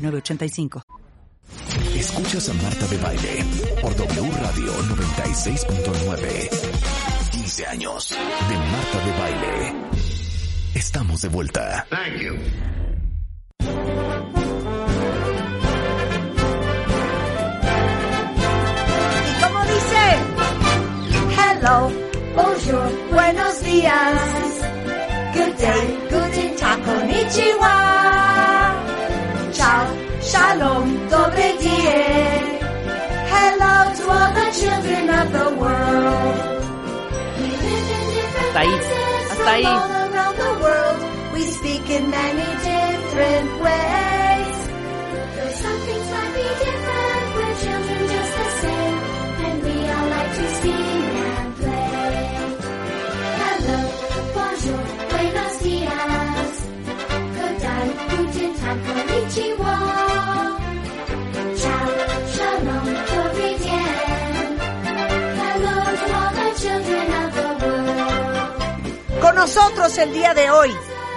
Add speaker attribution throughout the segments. Speaker 1: 985.
Speaker 2: Escuchas a Marta de Baile por W Radio 96.9. 15 años de Marta de Baile. Estamos de vuelta.
Speaker 3: Thank you.
Speaker 4: ¿Y cómo dice? Hello, bonjour, buenos días. Good day, guten tag, konnichiwa. Ciao, shalom, dobre die. Hello to all the children of the world. We live in different
Speaker 5: Hasta ahí,
Speaker 4: places
Speaker 5: hasta ahí.
Speaker 4: from all around the world. We speak in many different ways. Though some things might be different, we're children just the same. And we all like to sing and play. Hello, bonjour, buenos dias. Kodai, guten Tag, konnichiwa. Ciao, shalom, dobry dzień. Hello to all the children of the world.
Speaker 6: Con nosotros el día de hoy,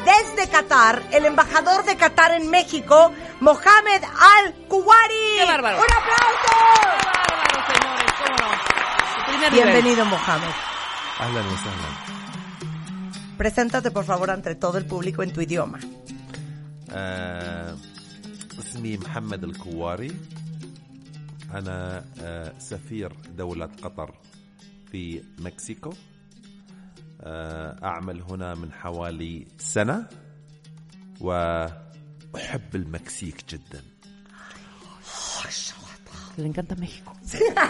Speaker 6: desde Qatar, el embajador de Qatar en México, Mohamed Al-Kuwari.
Speaker 5: ¡Qué bárbaro!
Speaker 6: ¡Un aplauso!
Speaker 5: Bárbaro, señores, cómo no. Su primer nivel.
Speaker 6: Bienvenido, Mohamed.
Speaker 7: Hablan, hablan.
Speaker 6: Preséntate, por favor, ante todo el público en tu idioma.
Speaker 7: آه اسمي محمد الكواري أنا آه سفير دولة قطر في مكسيكو آه أعمل هنا من حوالي سنة وأحب المكسيك جدا
Speaker 8: Le encanta México.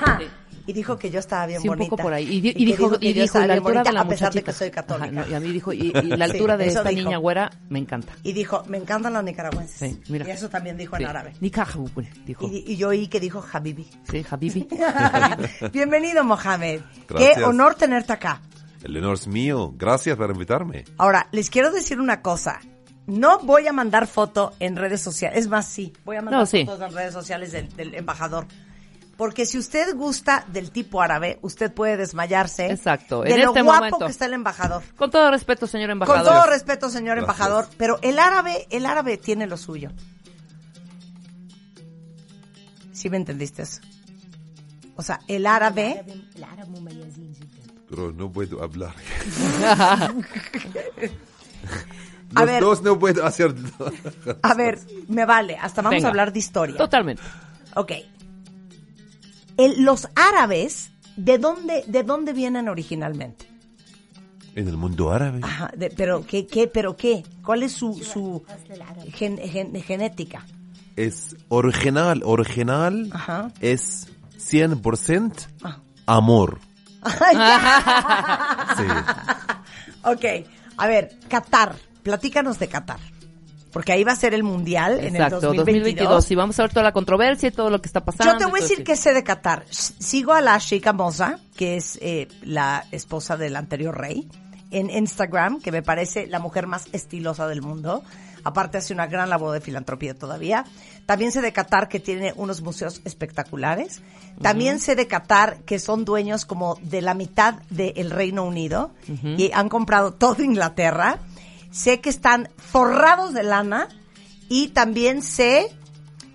Speaker 6: Y dijo que yo estaba bien
Speaker 8: Sí, un
Speaker 6: bonita.
Speaker 8: poco por ahí. Y, di- y
Speaker 6: que
Speaker 8: dijo,
Speaker 6: que
Speaker 8: y
Speaker 6: yo
Speaker 8: dijo
Speaker 6: estaba
Speaker 8: y la
Speaker 6: bien
Speaker 8: altura
Speaker 6: bonita,
Speaker 8: de la
Speaker 6: a pesar de
Speaker 8: muchachita.
Speaker 6: que soy católica.
Speaker 8: Ajá, no, y a mí dijo, y, y la
Speaker 6: Sí,
Speaker 8: altura de
Speaker 6: eso
Speaker 8: esta
Speaker 6: dijo.
Speaker 8: niña güera me encanta.
Speaker 6: Y dijo, me encantan los nicaragüenses.
Speaker 8: Sí, mira.
Speaker 6: Y eso también dijo
Speaker 8: Sí.
Speaker 6: en árabe.
Speaker 8: Nicaragua, dijo.
Speaker 6: Y, di- y yo oí que dijo Habibi.
Speaker 8: Sí, Habibi.
Speaker 6: Bienvenido, Mohamed. Qué
Speaker 7: Gracias.
Speaker 6: honor tenerte acá.
Speaker 7: El honor es mío. Gracias por invitarme.
Speaker 6: Ahora, les quiero decir una cosa. No voy a mandar foto en redes sociales. Es más, sí, voy a mandar
Speaker 8: No, sí.
Speaker 6: fotos en redes sociales del, del embajador. Porque si usted gusta del tipo árabe, usted puede desmayarse.
Speaker 8: Exacto,
Speaker 6: De
Speaker 8: en
Speaker 6: lo
Speaker 8: este
Speaker 6: guapo
Speaker 8: momento.
Speaker 6: que está el embajador.
Speaker 8: Con todo respeto, señor embajador.
Speaker 6: Con todo respeto, señor
Speaker 7: Gracias.
Speaker 6: embajador, pero el árabe, el árabe tiene lo suyo. ¿Sí me entendiste eso? O sea, el árabe,
Speaker 7: Pero no puedo hablar.
Speaker 6: A
Speaker 7: Los
Speaker 6: ver.
Speaker 7: dos no puedo hacer.
Speaker 6: a ver, me vale, hasta vamos
Speaker 8: Venga.
Speaker 6: a hablar de historia.
Speaker 8: Totalmente.
Speaker 6: Ok. El- los árabes, ¿de dónde, ¿de dónde vienen originalmente?
Speaker 7: En el mundo árabe.
Speaker 6: Ajá, de- pero qué, qué, pero qué, ¿cuál es su, su gen- gen- genética?
Speaker 7: es original, original
Speaker 6: Ajá.
Speaker 7: es 100%
Speaker 6: Ah.
Speaker 7: amor.
Speaker 6: Ay, ya.
Speaker 7: Sí.
Speaker 6: Ah. Ok, a ver, Qatar, platícanos de Qatar. Porque ahí va a ser el mundial
Speaker 8: Exacto,
Speaker 6: en el 2022.
Speaker 8: 2022. Y vamos a ver toda la controversia y todo lo que está pasando.
Speaker 6: Yo te voy a
Speaker 8: y todo
Speaker 6: decir
Speaker 8: así.
Speaker 6: que sé de Qatar. S- Sigo a la Sheikha Moza, que es eh, la esposa del anterior rey, en Instagram, que me parece la mujer más estilosa del mundo. Aparte hace una gran labor de filantropía todavía. También sé de Qatar que tiene unos museos espectaculares. También sé de Qatar que son dueños como de la mitad del Reino Unido y han comprado todo Inglaterra. Sé que están forrados de lana y también sé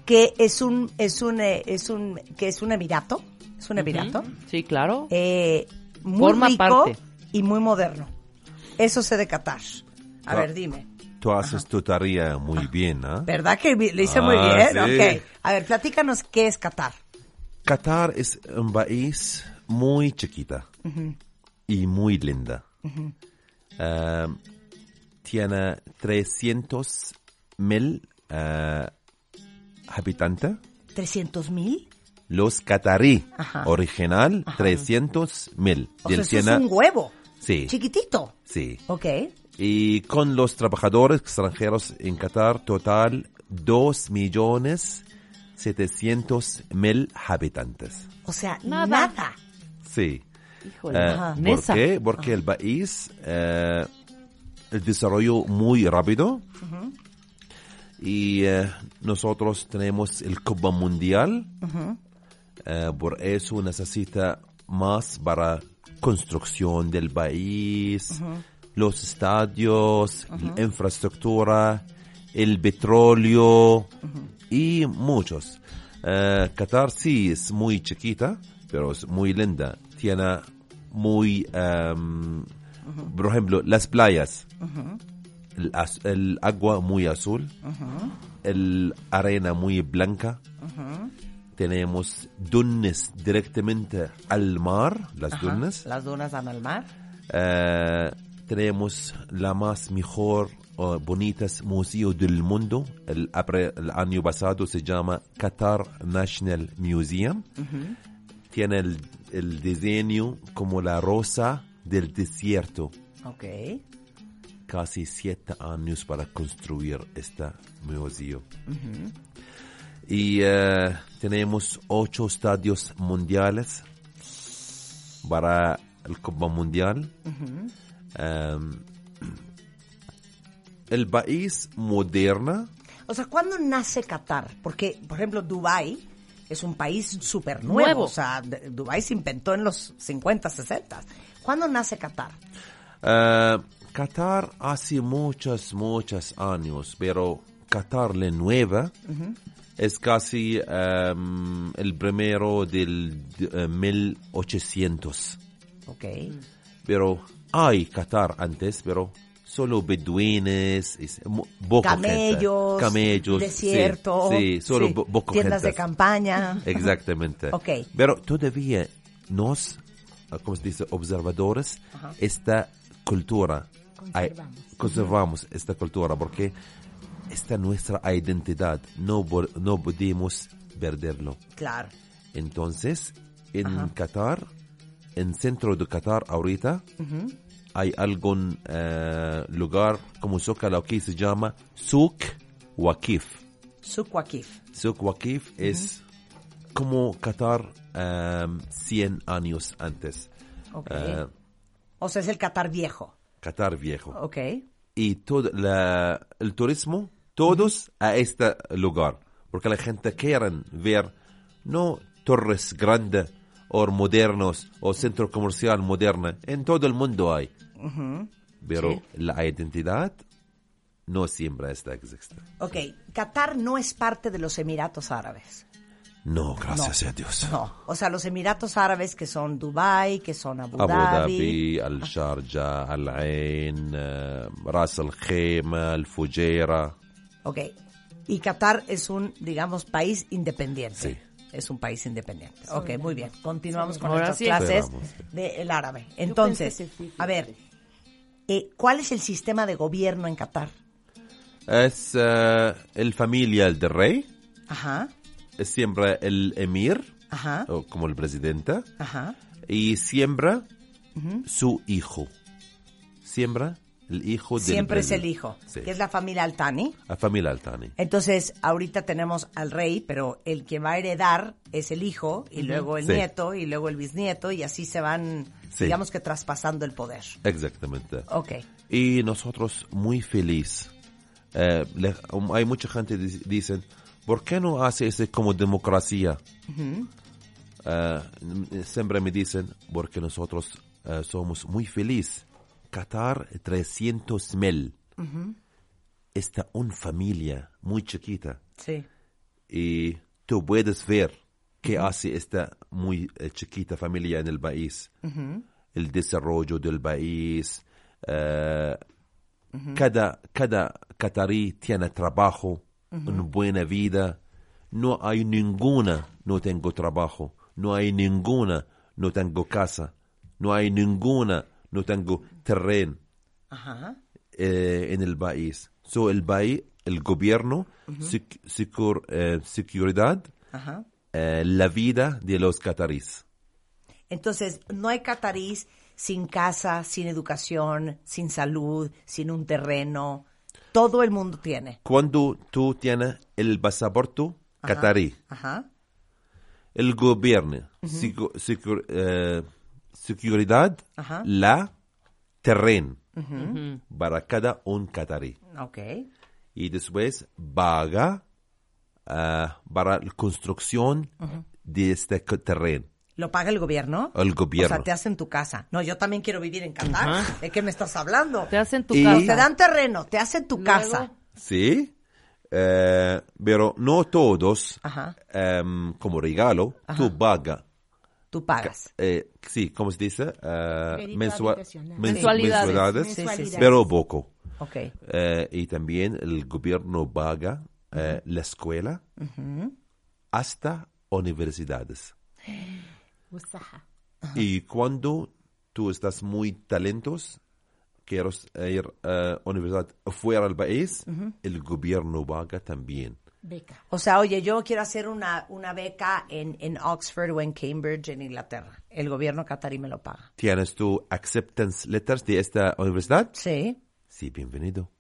Speaker 6: que es un es un eh, es un que es un emirato, es un emirato
Speaker 8: ¿Mm? Sí, claro.
Speaker 6: eh, muy
Speaker 8: Forma
Speaker 6: rico
Speaker 8: parte.
Speaker 6: y muy moderno. Eso sé de Qatar. A
Speaker 7: Ah.
Speaker 6: ver, dime.
Speaker 7: Tú haces tu tarea muy bien, ¿ah?
Speaker 6: ¿Verdad que vi- lo hice muy
Speaker 7: Ah,
Speaker 6: bien?
Speaker 7: sí.
Speaker 6: Ok. A ver, platícanos qué es Qatar.
Speaker 7: Qatar es un país muy chiquita y muy linda. Ah, tiene 300 mil ah, habitantes.
Speaker 6: ¿300 mil?
Speaker 7: Los qatarí,
Speaker 6: Ajá.
Speaker 7: original, 300 mil.
Speaker 6: O sea, eso es un huevo.
Speaker 7: Sí.
Speaker 6: Chiquitito.
Speaker 7: Sí.
Speaker 6: Ok.
Speaker 7: Y con los trabajadores extranjeros en Qatar, total 2 millones 700 mil habitantes.
Speaker 6: O sea,
Speaker 8: Nada.
Speaker 6: nada.
Speaker 7: Sí.
Speaker 8: Híjole.
Speaker 7: Eh,
Speaker 6: Pues, Ajá.
Speaker 7: ¿Por
Speaker 8: Nesa.
Speaker 7: qué? Porque el país, eh, el desarrollo muy rápido y eh, nosotros tenemos el Copa Mundial, Eh, por eso necesita más para construcción del país, los estadios, la infraestructura, el petróleo y muchos. Eh, Qatar sí es muy chiquita, pero es muy linda. Tiene muy, em, por ejemplo, las playas. El, az- el agua muy azul, el arena muy blanca. Tenemos dunas directamente al mar, las
Speaker 6: Ajá.
Speaker 7: dunas.
Speaker 6: Las dunas dan al mar.
Speaker 7: Eh, tenemos la más mejor eh, bonitas museo del mundo. El, apre- el año pasado se llama Qatar National Museum. Tiene el, el diseño como la rosa del desierto.
Speaker 6: Ok.
Speaker 7: Casi siete años para construir este museo. Y eh, tenemos ocho estadios mundiales para el Copa Mundial. Em, el país moderna,
Speaker 6: O sea, ¿cuándo nace Qatar? Porque, por ejemplo, Dubai es un país súper nuevo.
Speaker 8: Nuevo.
Speaker 6: O sea, de- Dubái se inventó en los 50, 60. ¿Cuándo nace Qatar?
Speaker 7: eh, Qatar hace muchos, muchos años, pero Qatar la nueva es casi em, el primero del eh, 1800.
Speaker 6: Ok.
Speaker 7: Pero hay Qatar antes, pero solo beduines, es mu- poca gente.
Speaker 6: Camellos,
Speaker 7: camellos, sí,
Speaker 6: desierto,
Speaker 7: sí, solo
Speaker 6: sí,
Speaker 7: po- poco
Speaker 6: tiendas
Speaker 7: gente.
Speaker 6: de campaña.
Speaker 7: Exactamente.
Speaker 6: Ok.
Speaker 7: Pero todavía nos, eh, como se dice, observadores, esta cultura. hay- conservamos esta cultura porque esta nuestra identidad. No, po- no podemos perderlo.
Speaker 6: Claro.
Speaker 7: Entonces, en Qatar, en centro de Qatar ahorita, hay algún eh, lugar como Zócalo que se llama Souk Wakif.
Speaker 6: Sukwakif.
Speaker 7: Souk Wakif es como Qatar em, 100 años antes.
Speaker 6: Ok.
Speaker 7: Eh,
Speaker 6: o sea, es el Qatar viejo.
Speaker 7: Qatar viejo.
Speaker 6: Ok.
Speaker 7: Y todo la- el turismo, todos a este lugar. Porque la gente quiere ver no torres grandes o modernos o centro comercial moderno. En todo el mundo hay. Pero la identidad no siempre está existe.
Speaker 6: Ok. Qatar no es parte de los Emiratos Árabes.
Speaker 7: No, gracias a Dios.
Speaker 6: No, o sea, los Emiratos Árabes que son Dubai, que son Abu,
Speaker 7: Abu
Speaker 6: Dhabi. ah.
Speaker 7: Dhabi, Al-Sharjah, Al-Ain, eh, Ras Al-Khaimah, Al-Fujairah.
Speaker 6: Ok. Y Qatar es un, digamos, país independiente.
Speaker 7: Sí.
Speaker 6: Es un país independiente. ok, muy bien. Continuamos con
Speaker 8: Ahora
Speaker 6: nuestras
Speaker 8: sí.
Speaker 6: clases
Speaker 7: Cerramos.
Speaker 6: del árabe. Entonces,
Speaker 8: pensé que sí,
Speaker 6: a ver, eh, ¿cuál es el sistema de gobierno en Qatar?
Speaker 7: Es eh, el familia del rey.
Speaker 6: Ajá,
Speaker 7: es siempre el emir,
Speaker 6: ajá,
Speaker 7: o como el presidente,
Speaker 6: ajá.
Speaker 7: y siembra su hijo. Siembra el hijo del
Speaker 6: Siempre es el
Speaker 7: presidente.
Speaker 6: hijo,
Speaker 7: Sí.
Speaker 6: que es la Eh. familia Altani.
Speaker 7: La familia Altani.
Speaker 6: Entonces, ahorita tenemos al rey, pero el que va a heredar es el hijo, y luego el
Speaker 7: Sí.
Speaker 6: nieto, y luego el bisnieto, y así se van,
Speaker 7: Sí.
Speaker 6: digamos que traspasando el poder.
Speaker 7: Exactamente.
Speaker 6: Ok.
Speaker 7: Y nosotros muy feliz. Eh, le- um, hay mucha gente que dice- dicen, ¿por qué no hace eso como democracia? Eh, m- siempre me dicen, porque nosotros eh, somos muy feliz. Qatar 300 mil. Está una familia muy chiquita
Speaker 6: Sí.
Speaker 7: y tú puedes ver qué hace esta muy eh, chiquita familia en el país. El desarrollo del país. eh, cada, cada catarí tiene trabajo, una buena vida. No hay ninguna no tengo trabajo. No hay ninguna no tengo casa. No hay ninguna no tengo terreno
Speaker 6: Ajá.
Speaker 7: eh, en el país. So, el país, el gobierno, sec- secur- eh, seguridad,
Speaker 6: Ajá.
Speaker 7: eh, la vida de los catarís.
Speaker 6: Entonces, no hay catarís sin casa, sin educación, sin salud, sin un terreno, Todo el mundo tiene.
Speaker 7: Cuando tú tienes el pasaporte
Speaker 6: Ajá,
Speaker 7: catarí,
Speaker 6: Ajá.
Speaker 7: el gobierno, sicu- secur- eh, seguridad,
Speaker 6: Ajá.
Speaker 7: la terreno para cada un catarí.
Speaker 6: Ok.
Speaker 7: Y después paga ah, para la construcción de este co- terreno,
Speaker 6: ¿Lo paga el gobierno?
Speaker 7: el
Speaker 6: O
Speaker 7: gobierno.
Speaker 6: sea, te hacen tu casa. No, yo también quiero vivir en Qatar. ¿De qué me estás hablando?
Speaker 8: Te hacen tu
Speaker 7: Y-
Speaker 8: casa.
Speaker 6: Te dan terreno, te hacen tu
Speaker 8: Luego-
Speaker 6: casa.
Speaker 7: Sí, eh, pero no todos,
Speaker 6: Ajá.
Speaker 7: em, como regalo, tú pagas.
Speaker 6: Tú pagas.
Speaker 7: eh, sí, ¿cómo se dice? Eh,
Speaker 3: Crédito
Speaker 7: mensua-
Speaker 3: habitacional.
Speaker 7: mens-
Speaker 8: Mensualidades.
Speaker 7: mensualidades,
Speaker 3: Sí, sí, sí.
Speaker 7: pero poco.
Speaker 6: Ok.
Speaker 7: Eh, y también el gobierno paga eh, la escuela hasta universidades.
Speaker 3: وسحة.
Speaker 7: Y cuando tú estás muy talentos, quieres ir a universidad fuera del país, el gobierno paga también.
Speaker 3: بكا
Speaker 6: O sea, oye, yo quiero hacer una, una beca en, en Oxford o en Cambridge, en Inglaterra. El gobierno catarí me lo paga.
Speaker 7: ¿Tienes tu acceptance letters de esta universidad?
Speaker 6: Sí.
Speaker 7: Sí, bienvenido.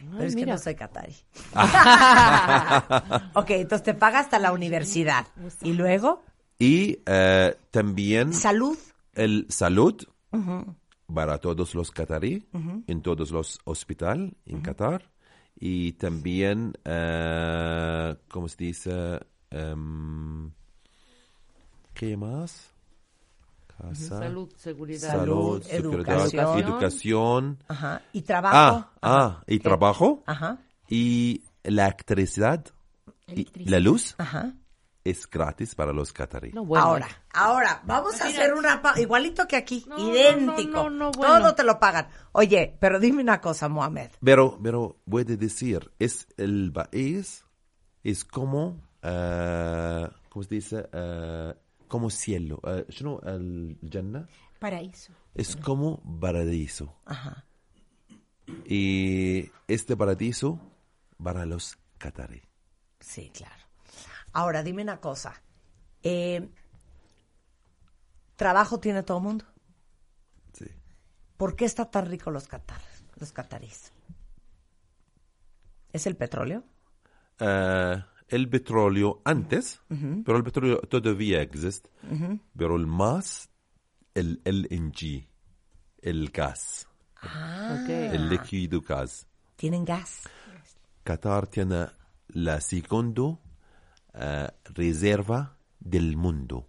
Speaker 6: Pero es que no soy catarí. ok, entonces te paga hasta la universidad. Y luego,
Speaker 7: Y eh, también
Speaker 6: salud.
Speaker 7: el salud para todos los catarí, en todos los hospitales en Qatar. Y también, eh, ¿cómo se dice? Em, ¿Qué más? Casa.
Speaker 8: Salud, seguridad.
Speaker 6: Salud,
Speaker 7: Salud, seguridad,
Speaker 6: educación.
Speaker 7: educación.
Speaker 6: Ajá. Y trabajo.
Speaker 7: Ah, ah, y
Speaker 6: ¿Qué?
Speaker 7: trabajo.
Speaker 6: Ajá.
Speaker 7: Y la electricidad. y La luz
Speaker 6: Ajá.
Speaker 7: es gratis para los catarí.
Speaker 8: No, bueno.
Speaker 6: ahora, ahora, vamos a hacer una pa- igualito que aquí,
Speaker 8: No,
Speaker 6: idéntico.
Speaker 8: no, no, no, bueno.
Speaker 6: Todo te lo pagan. Oye, pero dime una cosa, Mohamed.
Speaker 7: Pero, pero puede decir, es el país, es como, eh, ¿cómo se dice? Eh, como cielo. Eh, ¿Sino el Jannah?
Speaker 3: بارايسو
Speaker 7: Es como paraíso.
Speaker 6: Ajá.
Speaker 7: Y este paraíso para los catarí.
Speaker 6: Sí, claro. Ahora, dime una cosa. Eh, ¿Trabajo tiene todo el mundo?
Speaker 7: Sí.
Speaker 6: ¿Por qué está tan rico los catar, los catarís? ¿Es el petróleo?
Speaker 7: Eh, el petróleo antes, pero el petróleo todavía existe, pero el más, el LNG, el gas,
Speaker 6: Ah.
Speaker 8: Ok.
Speaker 7: el líquido gas.
Speaker 6: ¿Tienen gas?
Speaker 7: Qatar tiene la segunda eh, reserva del mundo.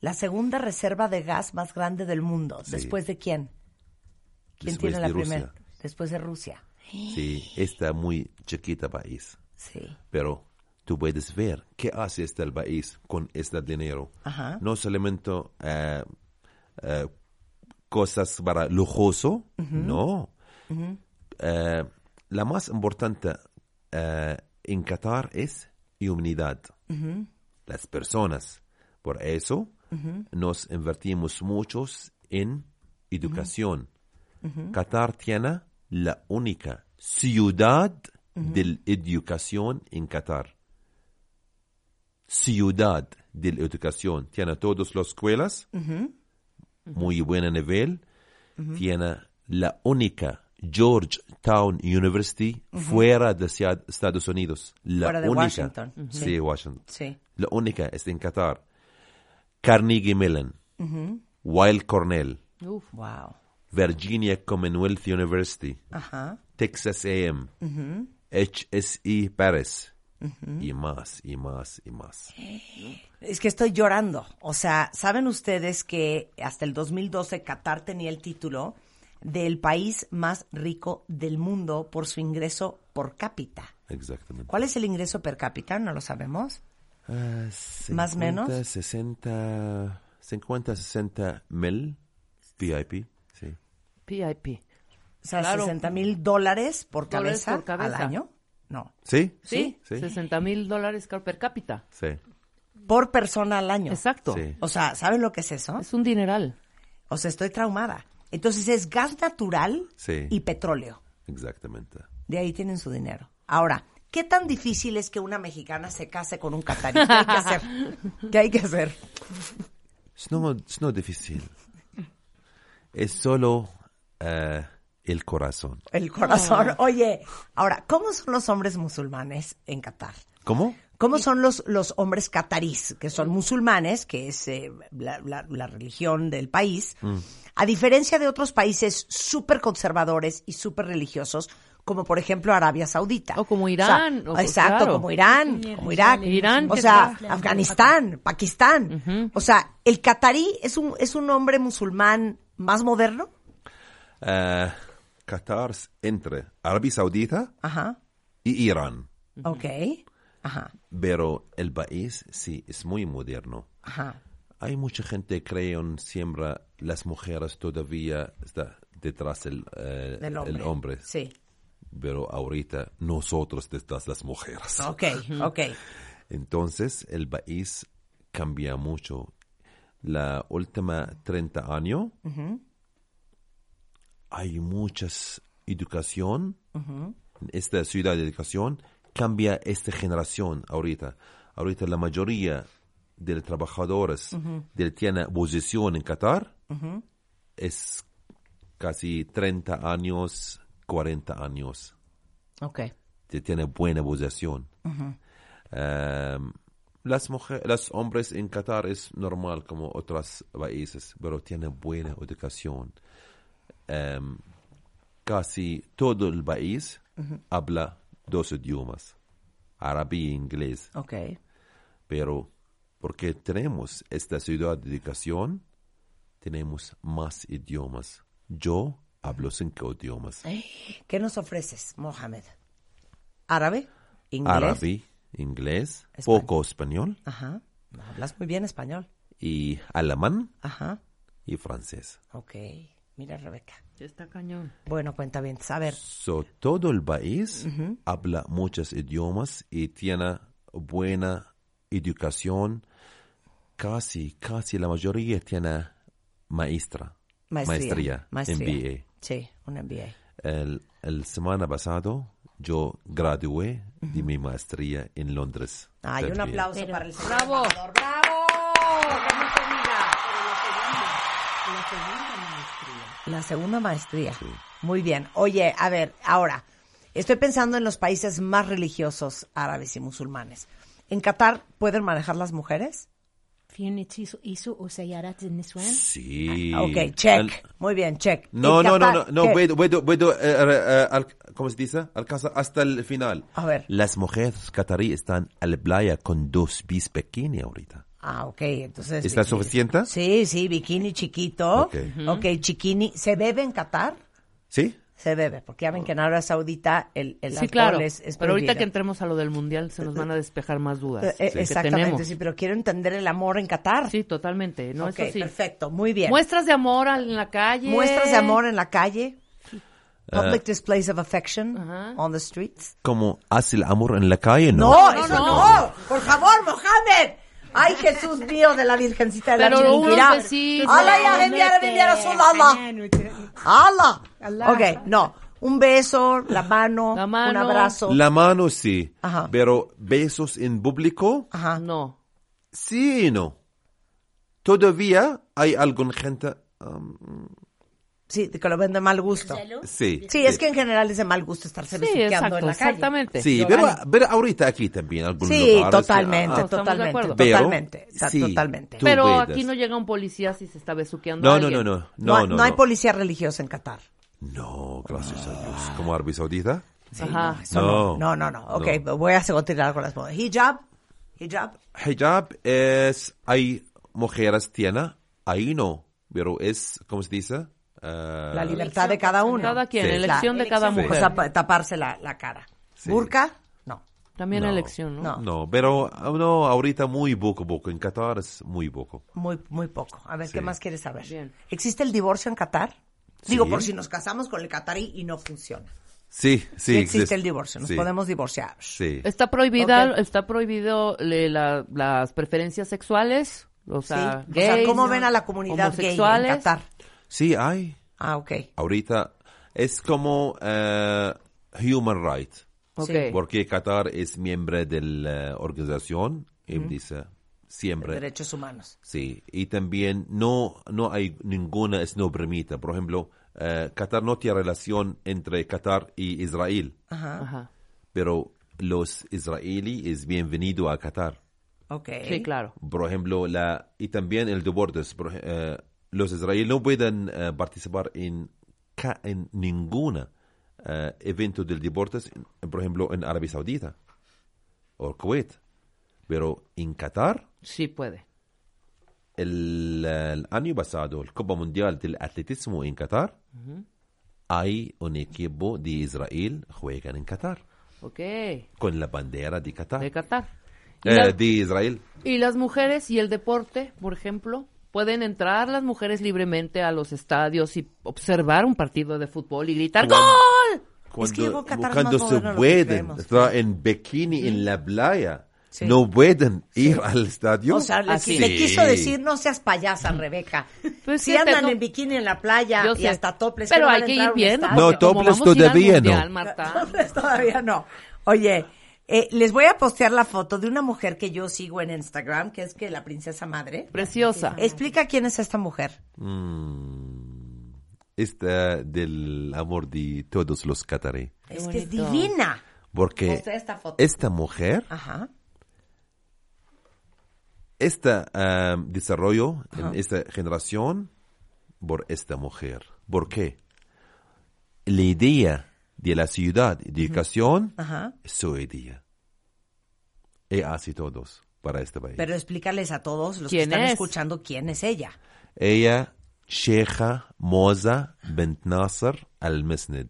Speaker 6: La segunda reserva de gas más grande del mundo. ¿Después de quién? ¿Quién
Speaker 7: Después
Speaker 6: tiene la
Speaker 7: de Rusia.
Speaker 6: primera? Después de Rusia.
Speaker 7: Sí, está muy chiquita país,
Speaker 6: Sí.
Speaker 7: pero tú puedes ver qué hace este país con este dinero.
Speaker 6: Ajá.
Speaker 7: No solamente eh, eh, cosas para lujoso, no. Eh, la más importante eh, en Qatar es humanidad. Las personas. Por eso nos invertimos muchos en educación. Qatar tiene la única ciudad de la educación en Qatar. Ciudad de la educación. Tiene todas las escuelas, muy buen nivel. Tiene la única Georgetown University fuera de Cia- Estados Unidos. La
Speaker 6: Fuera de
Speaker 7: única.
Speaker 6: Washington. Ujú.
Speaker 7: Sí, Washington.
Speaker 6: Sí.
Speaker 7: La única es en Qatar. Carnegie Mellon, Weill Cornell,
Speaker 8: Uf.
Speaker 6: Wow.
Speaker 7: Virginia Commonwealth University,
Speaker 6: Ajá.
Speaker 7: Texas AM, HSE E Paris, y más, y más, y más.
Speaker 6: Es que estoy llorando. O sea, ¿saben ustedes que hasta el 2012 Qatar tenía el título del país más rico del mundo por su ingreso por cápita?
Speaker 7: Exactamente.
Speaker 6: ¿Cuál es el ingreso per cápita? No lo sabemos.
Speaker 7: Ah,
Speaker 6: ¿Más,
Speaker 7: 50,
Speaker 6: menos?
Speaker 7: 60, 50, 60 mil VIP, sí.
Speaker 8: PIP.
Speaker 6: O sea,
Speaker 8: Claro.
Speaker 6: 60 mil dólares por
Speaker 8: Dólares
Speaker 6: cabeza,
Speaker 8: por cabeza.
Speaker 6: al año. No,
Speaker 7: ¿Sí?
Speaker 8: Sí,
Speaker 7: Sí.
Speaker 8: 60 mil dólares car- per cápita.
Speaker 7: Sí.
Speaker 6: por persona al año.
Speaker 8: Exacto.
Speaker 7: Sí.
Speaker 6: O sea, ¿saben lo que es eso?
Speaker 8: Es un dineral.
Speaker 6: O sea, estoy traumada. Entonces es gas natural
Speaker 7: Sí.
Speaker 6: y petróleo.
Speaker 7: Exactamente.
Speaker 6: De ahí tienen su dinero. Ahora, ¿qué tan difícil es que una mexicana se case con un catarí? ¿Qué hay que hacer? ¿Qué hay que hacer?
Speaker 7: Es no, es no difícil. Es solo eh, el corazón.
Speaker 6: El corazón. Oye, ahora, ¿cómo son los hombres musulmanes en Qatar?
Speaker 7: ¿Cómo?
Speaker 6: ¿Cómo son los, los hombres catarís, que son musulmanes, que es eh, la, la- la religión del país? A diferencia de otros países súper conservadores y súper religiosos, como por ejemplo Arabia Saudita.
Speaker 8: O como Irán, o- pues,
Speaker 6: exacto,
Speaker 8: claro.
Speaker 6: como Irán,
Speaker 3: Sí,
Speaker 6: como Irak.
Speaker 8: Irán,
Speaker 6: o
Speaker 8: que
Speaker 6: sea,
Speaker 3: está-
Speaker 6: Afganistán, Pakistán. O sea, ¿el catarí es un, es un hombre musulmán más moderno?
Speaker 7: Eh, Qatar es entre Arabia Saudita
Speaker 6: Ajá,
Speaker 7: y Irán.
Speaker 6: ok. Ajá,
Speaker 7: Pero el país sí es muy moderno.
Speaker 6: ajá.
Speaker 7: Hay mucha gente que cree en siempre las mujeres todavía está detrás del, eh,
Speaker 6: Del hombre.
Speaker 7: el hombre.
Speaker 6: Sí.
Speaker 7: Pero ahorita nosotros detrás las mujeres.
Speaker 6: Ok, ok.
Speaker 7: Entonces el país cambia mucho. La última 30 años hay muchas educación. En Esta ciudad de educación cambia esta generación ahorita. Ahorita la mayoría de los trabajadores que tienen posición en Qatar es casi 30 años, 40 años
Speaker 6: Ok.
Speaker 7: que tiene buena posición. Em, las mujeres, los hombres en Qatar es normal como otros países, pero tiene buena educación. Em, casi todo el país habla dos idiomas, árabe e inglés,
Speaker 6: Ok.
Speaker 7: pero porque tenemos esta ciudad de educación, tenemos más idiomas. Yo hablo cinco idiomas.
Speaker 6: ¿E ¿Qué nos ofreces, Mohamed? ¿Árabe? ¿Inglés?
Speaker 7: árabe, inglés,
Speaker 6: Español.
Speaker 7: poco español
Speaker 6: Ajá. No, hablas muy bien español.
Speaker 7: y alemán
Speaker 6: Ajá.
Speaker 7: y francés.
Speaker 6: Ok. Mira, Rebeca.
Speaker 8: Está cañón.
Speaker 6: Bueno, cuenta bien. A ver.
Speaker 7: So, todo el país habla muchos idiomas y tiene buena educación. Casi, casi la mayoría tiene maestra,
Speaker 6: Maestría.
Speaker 7: MBA.
Speaker 6: Sí, un MBA.
Speaker 7: El, el semana pasado yo gradué de mi maestría en Londres.
Speaker 6: Ay, un
Speaker 7: también.
Speaker 6: aplauso para el señor.
Speaker 8: ¡Bravo!
Speaker 6: embajador. ¡Bravo! ¡Que no te diga! La segunda maestría. Muy bien. Oye, a ver, ahora, estoy pensando en los países más religiosos árabes y musulmanes. ¿En Qatar pueden manejar las mujeres?
Speaker 3: في نتيسو إيسو وسيارات النسوان
Speaker 7: Sí.
Speaker 6: Ah, Ok, check.
Speaker 7: El-
Speaker 6: Muy bien, check.
Speaker 7: No,
Speaker 6: En
Speaker 7: no, no,
Speaker 6: Qatar,
Speaker 7: no, no,
Speaker 6: ¿qué?
Speaker 7: puedo, puedo, puedo, eh, eh, al- ¿cómo se dice? Alcanza hasta el final.
Speaker 6: A ver.
Speaker 7: Las mujeres catarí están a la playa con dos pies pequeños ahorita.
Speaker 6: Ah, ok, entonces.
Speaker 7: ¿Está
Speaker 6: bikini.
Speaker 7: suficiente?
Speaker 6: Sí, sí, bikini chiquito.
Speaker 7: Ok.
Speaker 6: Ok, chiquini. ¿Se bebe en Qatar?
Speaker 7: ¿Sí?
Speaker 6: Se bebe, porque ya ven que en Arabia Saudita el, el
Speaker 8: Sí,
Speaker 6: alcohol
Speaker 8: claro.
Speaker 6: es, es
Speaker 8: pero ahorita que
Speaker 6: prohibido.
Speaker 8: entremos a lo del mundial se nos van a despejar más dudas.
Speaker 6: Eh, eh,
Speaker 8: que
Speaker 6: Exactamente,
Speaker 8: tenemos.
Speaker 6: sí, pero quiero entender el amor en Qatar.
Speaker 8: Sí, totalmente. No,
Speaker 6: ok,
Speaker 8: eso sí.
Speaker 6: perfecto, muy bien.
Speaker 8: Muestras de amor al- en la calle.
Speaker 6: Muestras de amor en la calle.
Speaker 7: Ah.
Speaker 6: Public displays of affection
Speaker 8: Ajá.
Speaker 6: on the streets.
Speaker 7: ¿Cómo hace el amor en la calle? No.
Speaker 6: No,
Speaker 8: no,
Speaker 6: eso no.
Speaker 8: no.
Speaker 6: Por favor, Mohamed. Ay, Jesús mío de la Virgencita de
Speaker 8: Pero
Speaker 6: la
Speaker 8: unos
Speaker 6: Chiquinquirá.
Speaker 8: besitos.
Speaker 6: Allah ya enviara, enviara su Allah. Allah.
Speaker 3: Allah.
Speaker 6: Ok, no. Un beso, la mano,
Speaker 8: La mano.
Speaker 6: un abrazo.
Speaker 7: La mano sí,
Speaker 6: Ajá.
Speaker 7: pero besos en público,
Speaker 6: Ajá.
Speaker 8: No.
Speaker 7: sí y no. Todavía hay alguna gente... um,
Speaker 6: Sí, que lo ven de mal gusto.
Speaker 7: sí.
Speaker 6: Sí, es que en general es de mal gusto estarse
Speaker 8: Sí,
Speaker 6: besuqueando en
Speaker 8: exacto,
Speaker 6: la calle.
Speaker 8: exactamente.
Speaker 7: Sí, pero, pero ahorita aquí también algunos
Speaker 6: Sí,
Speaker 7: lugares,
Speaker 6: totalmente,
Speaker 7: ah,
Speaker 8: estamos de
Speaker 6: totalmente,
Speaker 8: acuerdo.
Speaker 7: Pero,
Speaker 6: totalmente, ta-
Speaker 7: sí,
Speaker 6: totalmente.
Speaker 7: tú
Speaker 8: Pero
Speaker 7: vedas.
Speaker 8: aquí no llega un policía si se está besuqueando. a
Speaker 7: No, no, no,
Speaker 8: alguien.
Speaker 7: no,
Speaker 6: No,
Speaker 7: no,
Speaker 6: no hay policía religiosa en Qatar.
Speaker 7: No, gracias a Dios. ¿Como Arabia Saudita?
Speaker 8: Ajá.
Speaker 6: Eso no. No, no, no. Ok, voy a tirar con las modas. Hijab, hijab.
Speaker 7: Hijab es... Hay mujeres tiene, ahí no. Pero es, ¿cómo se dice? Ah,
Speaker 6: La libertad de cada uno.
Speaker 8: Cada quien,
Speaker 7: Sí.
Speaker 8: elección de cada
Speaker 6: Sí.
Speaker 8: mujer.
Speaker 6: O sea, pa- taparse la, la cara. ¿Burka? No.
Speaker 8: También
Speaker 7: No.
Speaker 8: elección, ¿no?
Speaker 6: No.
Speaker 7: No, pero ah, no, ahorita muy poco, poco. En Qatar es muy poco.
Speaker 6: Muy, muy poco. A ver, ¿qué
Speaker 7: Sí.
Speaker 6: más quieres saber?
Speaker 8: Bien.
Speaker 6: ¿Existe el divorcio en Qatar? Digo,
Speaker 7: Sí.
Speaker 6: por si nos casamos con el qatarí y no funciona.
Speaker 7: Sí, sí.
Speaker 6: Sí, existe, el divorcio, nos
Speaker 7: sí,
Speaker 6: podemos divorciar.
Speaker 7: Sí.
Speaker 8: Está prohibida,
Speaker 6: Ok.
Speaker 8: está prohibido le- la- las preferencias sexuales, o sea,
Speaker 6: Sí. O
Speaker 8: gays,
Speaker 6: sea, ¿cómo ven a la comunidad gay en
Speaker 8: homosexuales?
Speaker 6: Qatar?
Speaker 7: Sí, hay.
Speaker 6: Ah, ok.
Speaker 7: Ahorita es como eh, human rights.
Speaker 8: Ok.
Speaker 6: Sí.
Speaker 7: Porque Qatar es miembro de la organización y dice siempre
Speaker 6: Derechos humanos.
Speaker 7: Sí, y también no, no hay ninguna, es no permite. Por ejemplo, eh, Qatar no tiene relación entre Qatar y Israel,
Speaker 8: Ajá.
Speaker 7: pero los israelíes es bienvenido a Qatar.
Speaker 6: Ok.
Speaker 8: Sí, claro.
Speaker 7: Por ejemplo, la, y también el de Borders. por ej- eh, los israelíes no pueden eh, participar en, ca- en ninguna eh, evento del deportes, en- por ejemplo, en Arabia Saudita o Kuwait. Pero en Qatar,
Speaker 8: Sí puede.
Speaker 7: el, el año pasado, el Copa Mundial del Atletismo en Qatar, hay un equipo de Israel juegan en Qatar
Speaker 8: Ok. De
Speaker 7: con la bandera de Qatar,
Speaker 8: Qatar. Y,
Speaker 7: Eh,
Speaker 8: las-
Speaker 7: de Israel.
Speaker 8: y las mujeres y el deporte, por ejemplo, pueden entrar las mujeres libremente a los estadios y observar un partido de fútbol y gritar
Speaker 7: Cuando-
Speaker 8: ¡Gol!
Speaker 7: Cuando,
Speaker 6: que llegó Qatar
Speaker 7: cuando
Speaker 6: más
Speaker 7: se
Speaker 6: moderno de lo que
Speaker 7: pueden,
Speaker 6: creemos.
Speaker 7: está en bikini en la playa,
Speaker 6: Sí.
Speaker 7: no pueden ir al estadio.
Speaker 6: O sea, le,
Speaker 8: Así.
Speaker 6: le
Speaker 7: Sí.
Speaker 6: quiso decir, no seas payasa, Rebeca.
Speaker 8: Pues
Speaker 6: si
Speaker 8: sí,
Speaker 6: andan
Speaker 8: tengo-
Speaker 6: en bikini en la playa
Speaker 8: Yo
Speaker 6: y
Speaker 8: sé,
Speaker 6: hasta toples.
Speaker 8: Pero
Speaker 6: ¿cómo van
Speaker 8: hay
Speaker 6: a
Speaker 8: que
Speaker 6: entrar a
Speaker 8: ir
Speaker 6: un
Speaker 8: viendo.
Speaker 6: estadio?
Speaker 7: No,
Speaker 8: porque como
Speaker 7: topless
Speaker 8: vamos a ir al
Speaker 7: todavía no.
Speaker 8: Mundial, Marta.
Speaker 6: Toples todavía no. Oye, eh, les voy a postear la foto de una mujer que yo sigo en Instagram, que es que la princesa madre.
Speaker 8: Preciosa.
Speaker 6: Explica quién es esta mujer.
Speaker 7: Mm, esta äh, del amor de todos los catarí.
Speaker 6: es que es
Speaker 8: bonito.
Speaker 6: divina.
Speaker 7: Porque
Speaker 6: Postea esta foto.
Speaker 7: esta mujer,
Speaker 6: Ajá.
Speaker 7: este um, desarrollo en esta generación, por esta mujer. ¿Por qué? La idea de la ciudad, educación,
Speaker 6: Ajá.
Speaker 7: es su idea. Y así todos para este país.
Speaker 6: Pero explícales a todos los que
Speaker 8: ¿Quién
Speaker 6: están
Speaker 8: es?
Speaker 6: escuchando quién es ella.
Speaker 7: هي شيخة موزة بنت ناصر المسند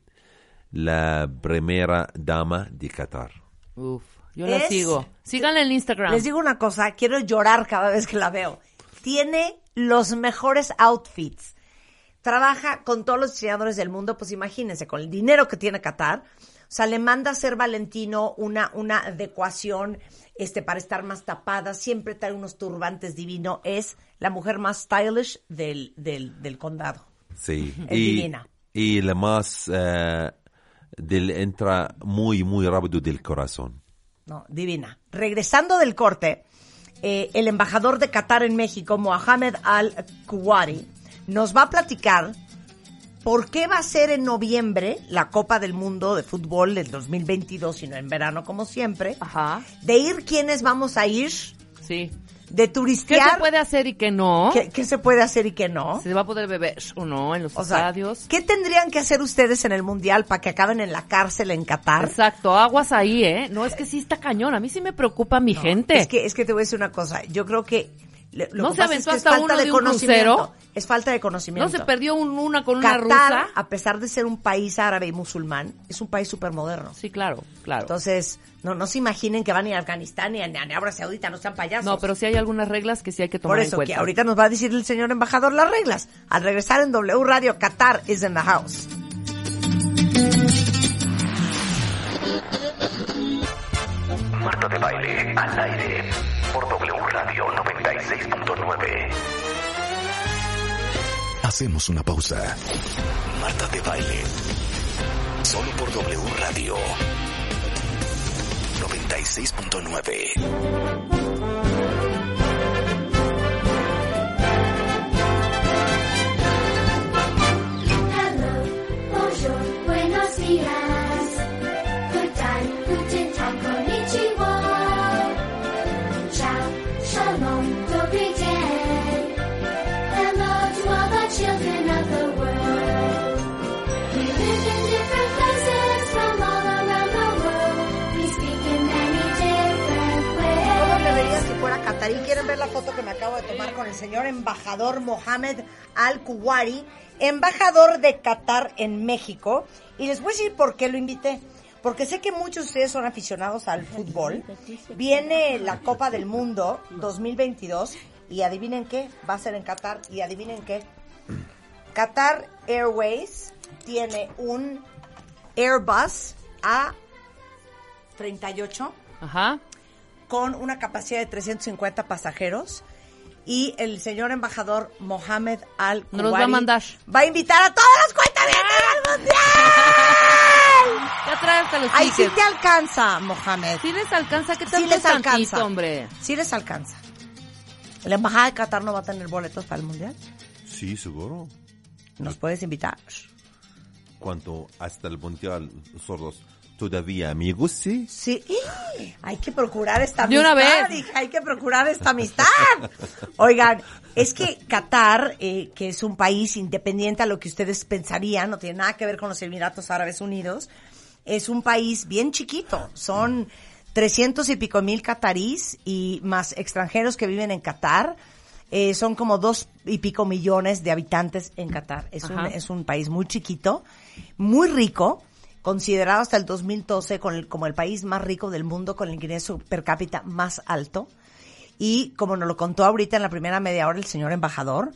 Speaker 7: la primera dama de Qatar.
Speaker 8: Uf, yo la
Speaker 6: Es-
Speaker 8: sigo. Síganla en Instagram.
Speaker 6: Les digo una cosa, quiero llorar cada vez que la veo. Tiene los mejores outfits. Trabaja con todos los diseñadores del mundo, pues imagínense, con el dinero que tiene Qatar. O sea, le manda a hacer Valentino una, una adecuación este, para estar más tapada. Siempre trae unos turbantes divino. Es la mujer más stylish del, del, del condado.
Speaker 7: Sí.
Speaker 6: Es divina.
Speaker 7: y la más eh, del entra muy muy rápido del corazón.
Speaker 6: No, divina. Regresando del corte, eh, el embajador de Qatar en México, Mohamed Al-Kuwari, nos va a platicar por qué va a ser en noviembre la Copa del Mundo de Fútbol del 2022 y no en verano como siempre.
Speaker 8: Ajá.
Speaker 6: De ir quiénes vamos a ir,
Speaker 8: Sí.
Speaker 6: de
Speaker 8: ¿Qué
Speaker 6: turistear,
Speaker 8: se puede hacer y qué no?
Speaker 6: qué, qué se puede hacer y qué no.
Speaker 8: ¿Se va a poder beber o no en los
Speaker 6: O sea,
Speaker 8: estadios?
Speaker 6: ¿qué tendrían que hacer ustedes en el Mundial para que acaben en la cárcel en Qatar?
Speaker 8: Exacto, aguas ahí, ¿eh? No, es que sí está cañón. A mí sí me preocupa mi gente.
Speaker 6: Es que, es que te voy a decir una cosa. Yo creo que le- lo
Speaker 8: ¿No
Speaker 6: que
Speaker 8: se
Speaker 6: pasa es
Speaker 8: aventó
Speaker 6: que es
Speaker 8: hasta
Speaker 6: falta
Speaker 8: uno
Speaker 6: de
Speaker 8: de un
Speaker 6: conocimiento.
Speaker 8: crucero?
Speaker 6: Es falta de conocimiento.
Speaker 8: no se perdió un- una con una
Speaker 6: Qatar,
Speaker 8: rusa.
Speaker 6: a pesar de ser un país árabe y musulmán, es un país súper moderno.
Speaker 8: Sí, claro, claro.
Speaker 6: Entonces, no, no se imaginen que van a ir a Afganistán ni a, ni a Arabia Saudita, no sean payasos.
Speaker 8: no, pero sí hay algunas reglas que sí hay que tomar
Speaker 6: Por eso
Speaker 8: en cuenta.
Speaker 6: que ahorita nos va a decir el señor embajador las reglas. Al regresar en W Radio, Qatar is in the house.
Speaker 2: Marta de Baile al aire por W Radio 96.9. Hacemos una pausa. Marta de Baile. Solo por W Radio 96.9.
Speaker 4: Hello, bonjour, buenos días. Good time, guten tag, konnichiwa. Ciao, shalom, dobry day. Hello to all the children of the world. We live in different places from all around the world. We speak in many different
Speaker 6: ¿Cómo
Speaker 4: ways.
Speaker 6: creerías que fuera catarí? ¿Quieren ver la foto que me acabo de tomar con el señor embajador Mohamed Al-Kuwari, embajador de Qatar en México? Y les voy a decir por qué lo invité. Porque sé que muchos de ustedes son aficionados al fútbol. Viene la Copa del Mundo 2022 y adivinen qué, va a ser en Qatar y adivinen qué. Qatar Airways tiene un Airbus A38
Speaker 8: Ajá.
Speaker 6: con una capacidad de 350 pasajeros y el señor embajador Mohamed Al
Speaker 8: Nos los va a mandar. Ah,
Speaker 6: va a invitar a todas las cuentas este al mundial.
Speaker 8: Ya trae hasta los
Speaker 6: Ahí sí
Speaker 8: tickets.
Speaker 6: te alcanza, Mohamed.
Speaker 8: Sí les alcanza, ¿qué tal
Speaker 6: Sí les
Speaker 8: tantito,
Speaker 6: alcanza.
Speaker 8: hombre?
Speaker 6: Sí les alcanza. La embajada de Qatar no va a tener boletos para el mundial.
Speaker 7: Sí, seguro.
Speaker 6: ¿Nos puedes invitar?
Speaker 7: cuanto hasta el Mundial Sordos todavía amigos, sí.
Speaker 6: Sí, ¡ih! hay que procurar esta
Speaker 8: De
Speaker 6: amistad.
Speaker 8: una vez.
Speaker 6: hija, hay que procurar esta amistad. Oigan, es que Qatar, eh, que es un país independiente a lo que ustedes pensarían, no tiene nada que ver con los Emiratos Árabes Unidos, es un país bien chiquito. Son 300 y pico mil catarís y más extranjeros que viven en Qatar. Eh, son como dos y pico millones de habitantes en Qatar. Es un,
Speaker 8: Ajá.
Speaker 6: es un país muy chiquito, muy rico, considerado hasta el 2012 con el- como el país más rico del mundo, con el ingreso per cápita más alto. Y como nos lo contó ahorita en la primera media hora el señor embajador,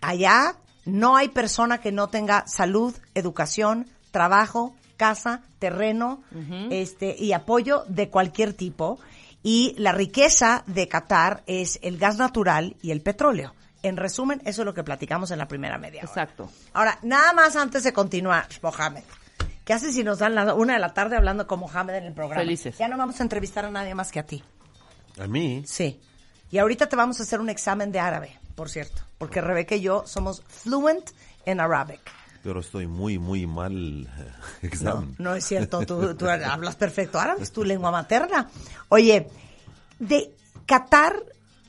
Speaker 6: allá no hay persona que no tenga salud, educación, trabajo, casa, terreno, este, y apoyo de cualquier tipo. Y la riqueza de Qatar es el gas natural y el petróleo. En resumen, eso es lo que platicamos en la primera media hora.
Speaker 8: Exacto.
Speaker 6: Ahora, nada más antes de continuar, Mohamed. ¿Qué haces si nos dan la una de la tarde hablando con Mohamed en el programa?
Speaker 8: Felices.
Speaker 6: Ya no vamos a entrevistar a nadie más que a ti.
Speaker 7: A mí,
Speaker 6: Sí. Y ahorita te vamos a hacer un examen de árabe, por cierto. Porque Rebeca y yo somos fluent en Arabic.
Speaker 7: pero estoy muy, muy mal eh,
Speaker 6: No,
Speaker 7: examen.
Speaker 6: no es cierto, tú, tú hablas perfecto árabe, es tu lengua materna. Oye, de Qatar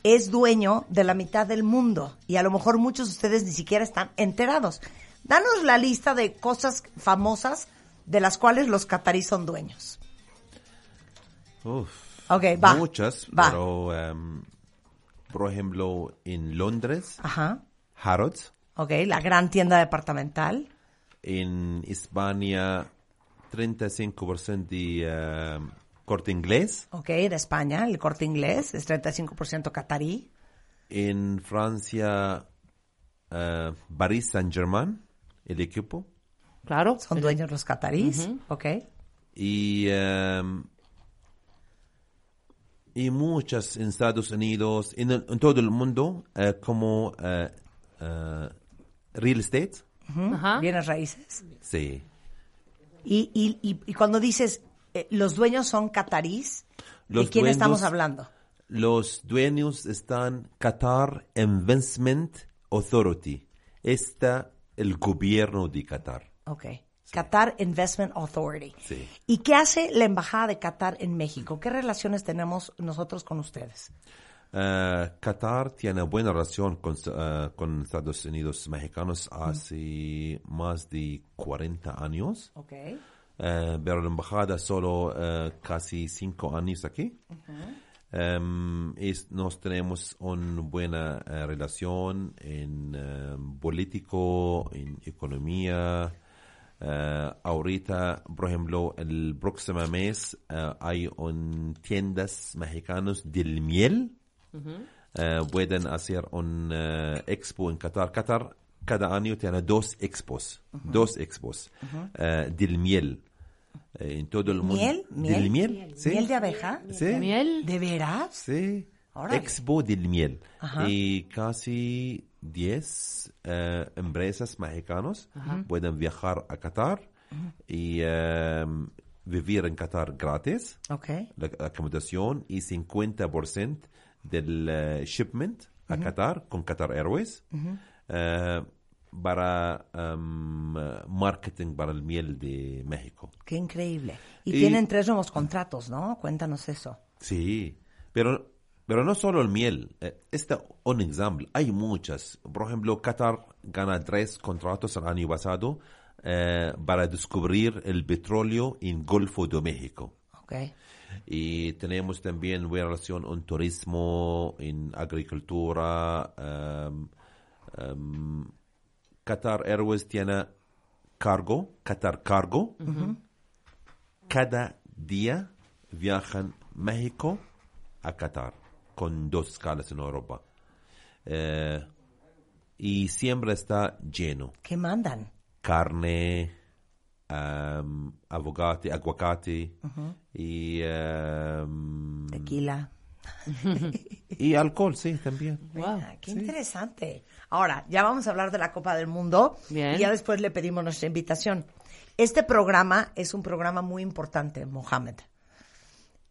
Speaker 6: es dueño de la mitad del mundo y a lo mejor muchos de ustedes ni siquiera están enterados. Danos la lista de cosas famosas de las cuales los qataríes son dueños.
Speaker 7: Uf,
Speaker 6: Ok, va.
Speaker 7: Muchas,
Speaker 6: Va.
Speaker 7: pero em, por ejemplo en Londres,
Speaker 6: Ajá.
Speaker 7: Harrods,
Speaker 6: Ok, la gran tienda departamental.
Speaker 7: en España 35% de em, corte inglés,
Speaker 6: Ok, de España, el corte inglés es 35% catarí.
Speaker 7: en Francia eh, Paris Saint-Germain, el equipo,
Speaker 8: Claro.
Speaker 6: Son dueños los catarís. Ok.
Speaker 7: y, em, y muchas en Estados Unidos, en, el- en todo el mundo, eh, como eh, eh, real estate.
Speaker 8: Ajá.
Speaker 6: Bienes raíces.
Speaker 7: Sí.
Speaker 6: Y, y, y, y cuando dices, eh, los dueños son catarís, ¿de
Speaker 7: Los
Speaker 6: quién
Speaker 7: dueños-
Speaker 6: estamos hablando?
Speaker 7: Los dueños están Qatar Investment Authority. Está el gobierno de Qatar.
Speaker 6: Ok. Qatar Investment Authority.
Speaker 7: Sí.
Speaker 6: ¿Y qué hace la Embajada de Qatar en México? ¿Qué relaciones tenemos nosotros con ustedes?
Speaker 7: Eh, Qatar tiene buena relación con, eh, con Estados Unidos mexicanos hace más de 40 años,
Speaker 6: Ok.
Speaker 7: Eh, pero la embajada solo eh, casi 5 años aquí. Em, es- nos tenemos una buena eh, relación en eh, político, en economía. Eh, ahorita, por ejemplo, el próximo mes eh, hay un tiendas mexicanos del miel. Eh, pueden hacer un eh, expo en Qatar. Qatar cada año tiene dos expos, dos expos eh, del miel. Eh, en todo el mundo.
Speaker 6: ¿Miel?
Speaker 7: Del
Speaker 6: ¿Miel?
Speaker 7: miel, sí.
Speaker 6: ¿Miel de abeja?
Speaker 7: Sí.
Speaker 8: Miel.
Speaker 6: ¿De veras?
Speaker 7: Sí.
Speaker 6: Órale.
Speaker 7: Expo del miel.
Speaker 6: Ajá.
Speaker 7: Y casi 10 eh, empresas mexicanas pueden viajar a Qatar y eh, vivir en Qatar gratis.
Speaker 6: Ok.
Speaker 7: La la acomodación y 50% del eh, shipment a Qatar con Qatar Airways. eh, para em, eh, marketing para el miel de México.
Speaker 6: Qué increíble. Y,
Speaker 7: Y-
Speaker 6: tienen tres nuevos contratos, ¿no? Cuéntanos eso.
Speaker 7: Sí, pero, pero no solo el miel. eh, Este un ejemplo. Hay muchas. Por ejemplo, Qatar gana tres contratos el año pasado eh, para descubrir el petróleo en Golfo de México.
Speaker 6: Ok.
Speaker 7: Y tenemos también buena relación en turismo, en agricultura. em, em, Qatar Airways tiene cargo, Qatar Cargo. Cada día viajan México a Qatar con dos escalas en Europa. Eh, y siempre está lleno.
Speaker 6: ¿Qué mandan?
Speaker 7: Carne, em, aguacate, aguacate y em,
Speaker 6: Tequila.
Speaker 7: Y alcohol, sí, también.
Speaker 8: Wow.
Speaker 6: Ah, qué interesante. Ahora, ya vamos a hablar de la Copa del Mundo
Speaker 8: Bien.
Speaker 6: y ya después le pedimos nuestra invitación. Este programa es un programa muy importante, Mohamed.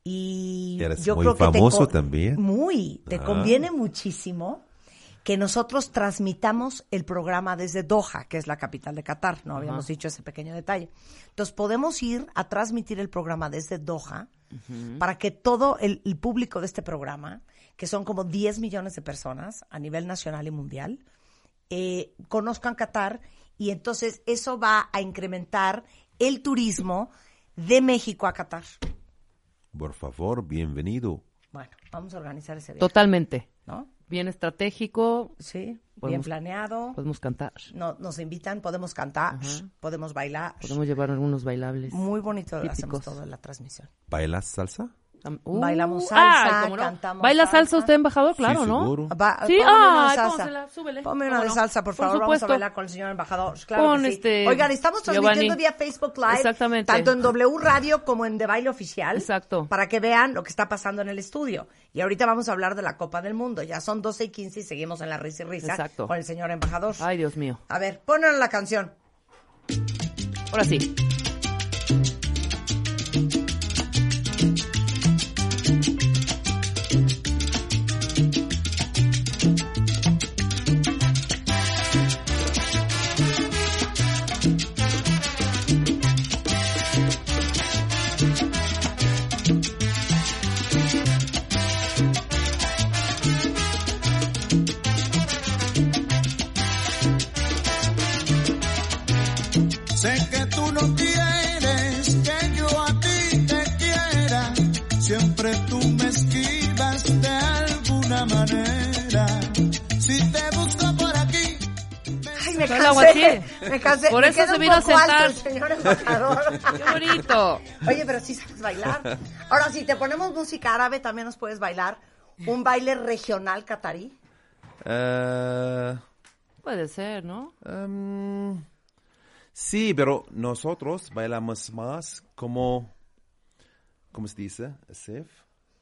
Speaker 6: Y
Speaker 7: Eres
Speaker 6: yo
Speaker 7: muy
Speaker 6: creo que te
Speaker 7: famoso
Speaker 6: co-
Speaker 7: también.
Speaker 6: Muy, te
Speaker 7: Ah.
Speaker 6: conviene muchísimo que nosotros transmitamos el programa desde Doha, que es la capital de Qatar. No habíamos dicho ese pequeño detalle. Entonces podemos ir a transmitir el programa desde Doha para que todo el, el público de este programa, que son como 10 millones de personas a nivel nacional y mundial, eh, conozcan Qatar y entonces eso va a incrementar el turismo de México a Qatar.
Speaker 7: Por favor, bienvenido.
Speaker 6: Bueno, vamos a organizar ese viaje,
Speaker 8: Totalmente.
Speaker 6: ¿no?
Speaker 8: Bien estratégico.
Speaker 6: Sí, bien
Speaker 8: Podemos-
Speaker 6: planeado.
Speaker 8: Podemos cantar.
Speaker 6: No, nos invitan, podemos cantar, podemos bailar.
Speaker 8: Podemos llevar algunos bailables.
Speaker 6: Muy bonito hacemos
Speaker 8: típicos.
Speaker 6: todo en la transmisión.
Speaker 7: ¿Bailas salsa?
Speaker 8: Am- Uh,
Speaker 6: Bailamos
Speaker 8: ay,
Speaker 6: salsa,
Speaker 8: cómo no.
Speaker 6: cantamos
Speaker 8: ¿Baila salsa
Speaker 6: salsa.
Speaker 8: usted, embajador? Claro,
Speaker 7: sí,
Speaker 8: ¿no?
Speaker 7: seguro.
Speaker 6: Va-
Speaker 8: Sí,
Speaker 6: ponme
Speaker 8: ah,
Speaker 6: una
Speaker 8: ay,
Speaker 6: de
Speaker 8: pónsela, súbele.
Speaker 6: Ponme una
Speaker 8: Cómo
Speaker 6: de
Speaker 8: no.
Speaker 6: salsa, por
Speaker 8: Por
Speaker 6: favor. Vamos a
Speaker 8: supuesto.
Speaker 6: bailar con el señor embajador. Claro
Speaker 8: Con
Speaker 6: que sí.
Speaker 8: este,
Speaker 6: Oigan, estamos transmitiendo
Speaker 8: Giovanni.
Speaker 6: vía Facebook Live.
Speaker 8: Exactamente.
Speaker 6: Tanto en W Radio como en De Baile Oficial.
Speaker 8: Exacto.
Speaker 6: Para que vean lo que está pasando en el estudio. Y ahorita vamos a hablar de la Copa del Mundo. Ya son 12 y 15 y seguimos en la risa y risa
Speaker 8: Exacto.
Speaker 6: con el señor embajador.
Speaker 8: Ay, Dios mío.
Speaker 6: A ver, ponen la canción.
Speaker 8: Ahora sí.
Speaker 9: Sé que tú no quieres que yo a ti te quiera, siempre tú me esquivas de alguna manera. Si te busco por aquí,
Speaker 6: Ay, me
Speaker 8: Soy el
Speaker 6: cansé.
Speaker 8: aguachiel.
Speaker 6: Me cansé.
Speaker 8: Por
Speaker 6: Me
Speaker 8: eso
Speaker 6: queda
Speaker 8: se
Speaker 6: un
Speaker 8: vino a
Speaker 6: poco alto el
Speaker 8: sentar.
Speaker 6: señor embajador.
Speaker 8: ¡Qué bonito!
Speaker 6: Oye, pero sí sabes bailar. Ahora, si te ponemos música árabe, también nos puedes bailar un baile regional catarí.
Speaker 7: Eh,
Speaker 8: Puede ser, ¿no?
Speaker 7: em, sí, pero nosotros bailamos más como... ¿Cómo se dice? ¿Sef?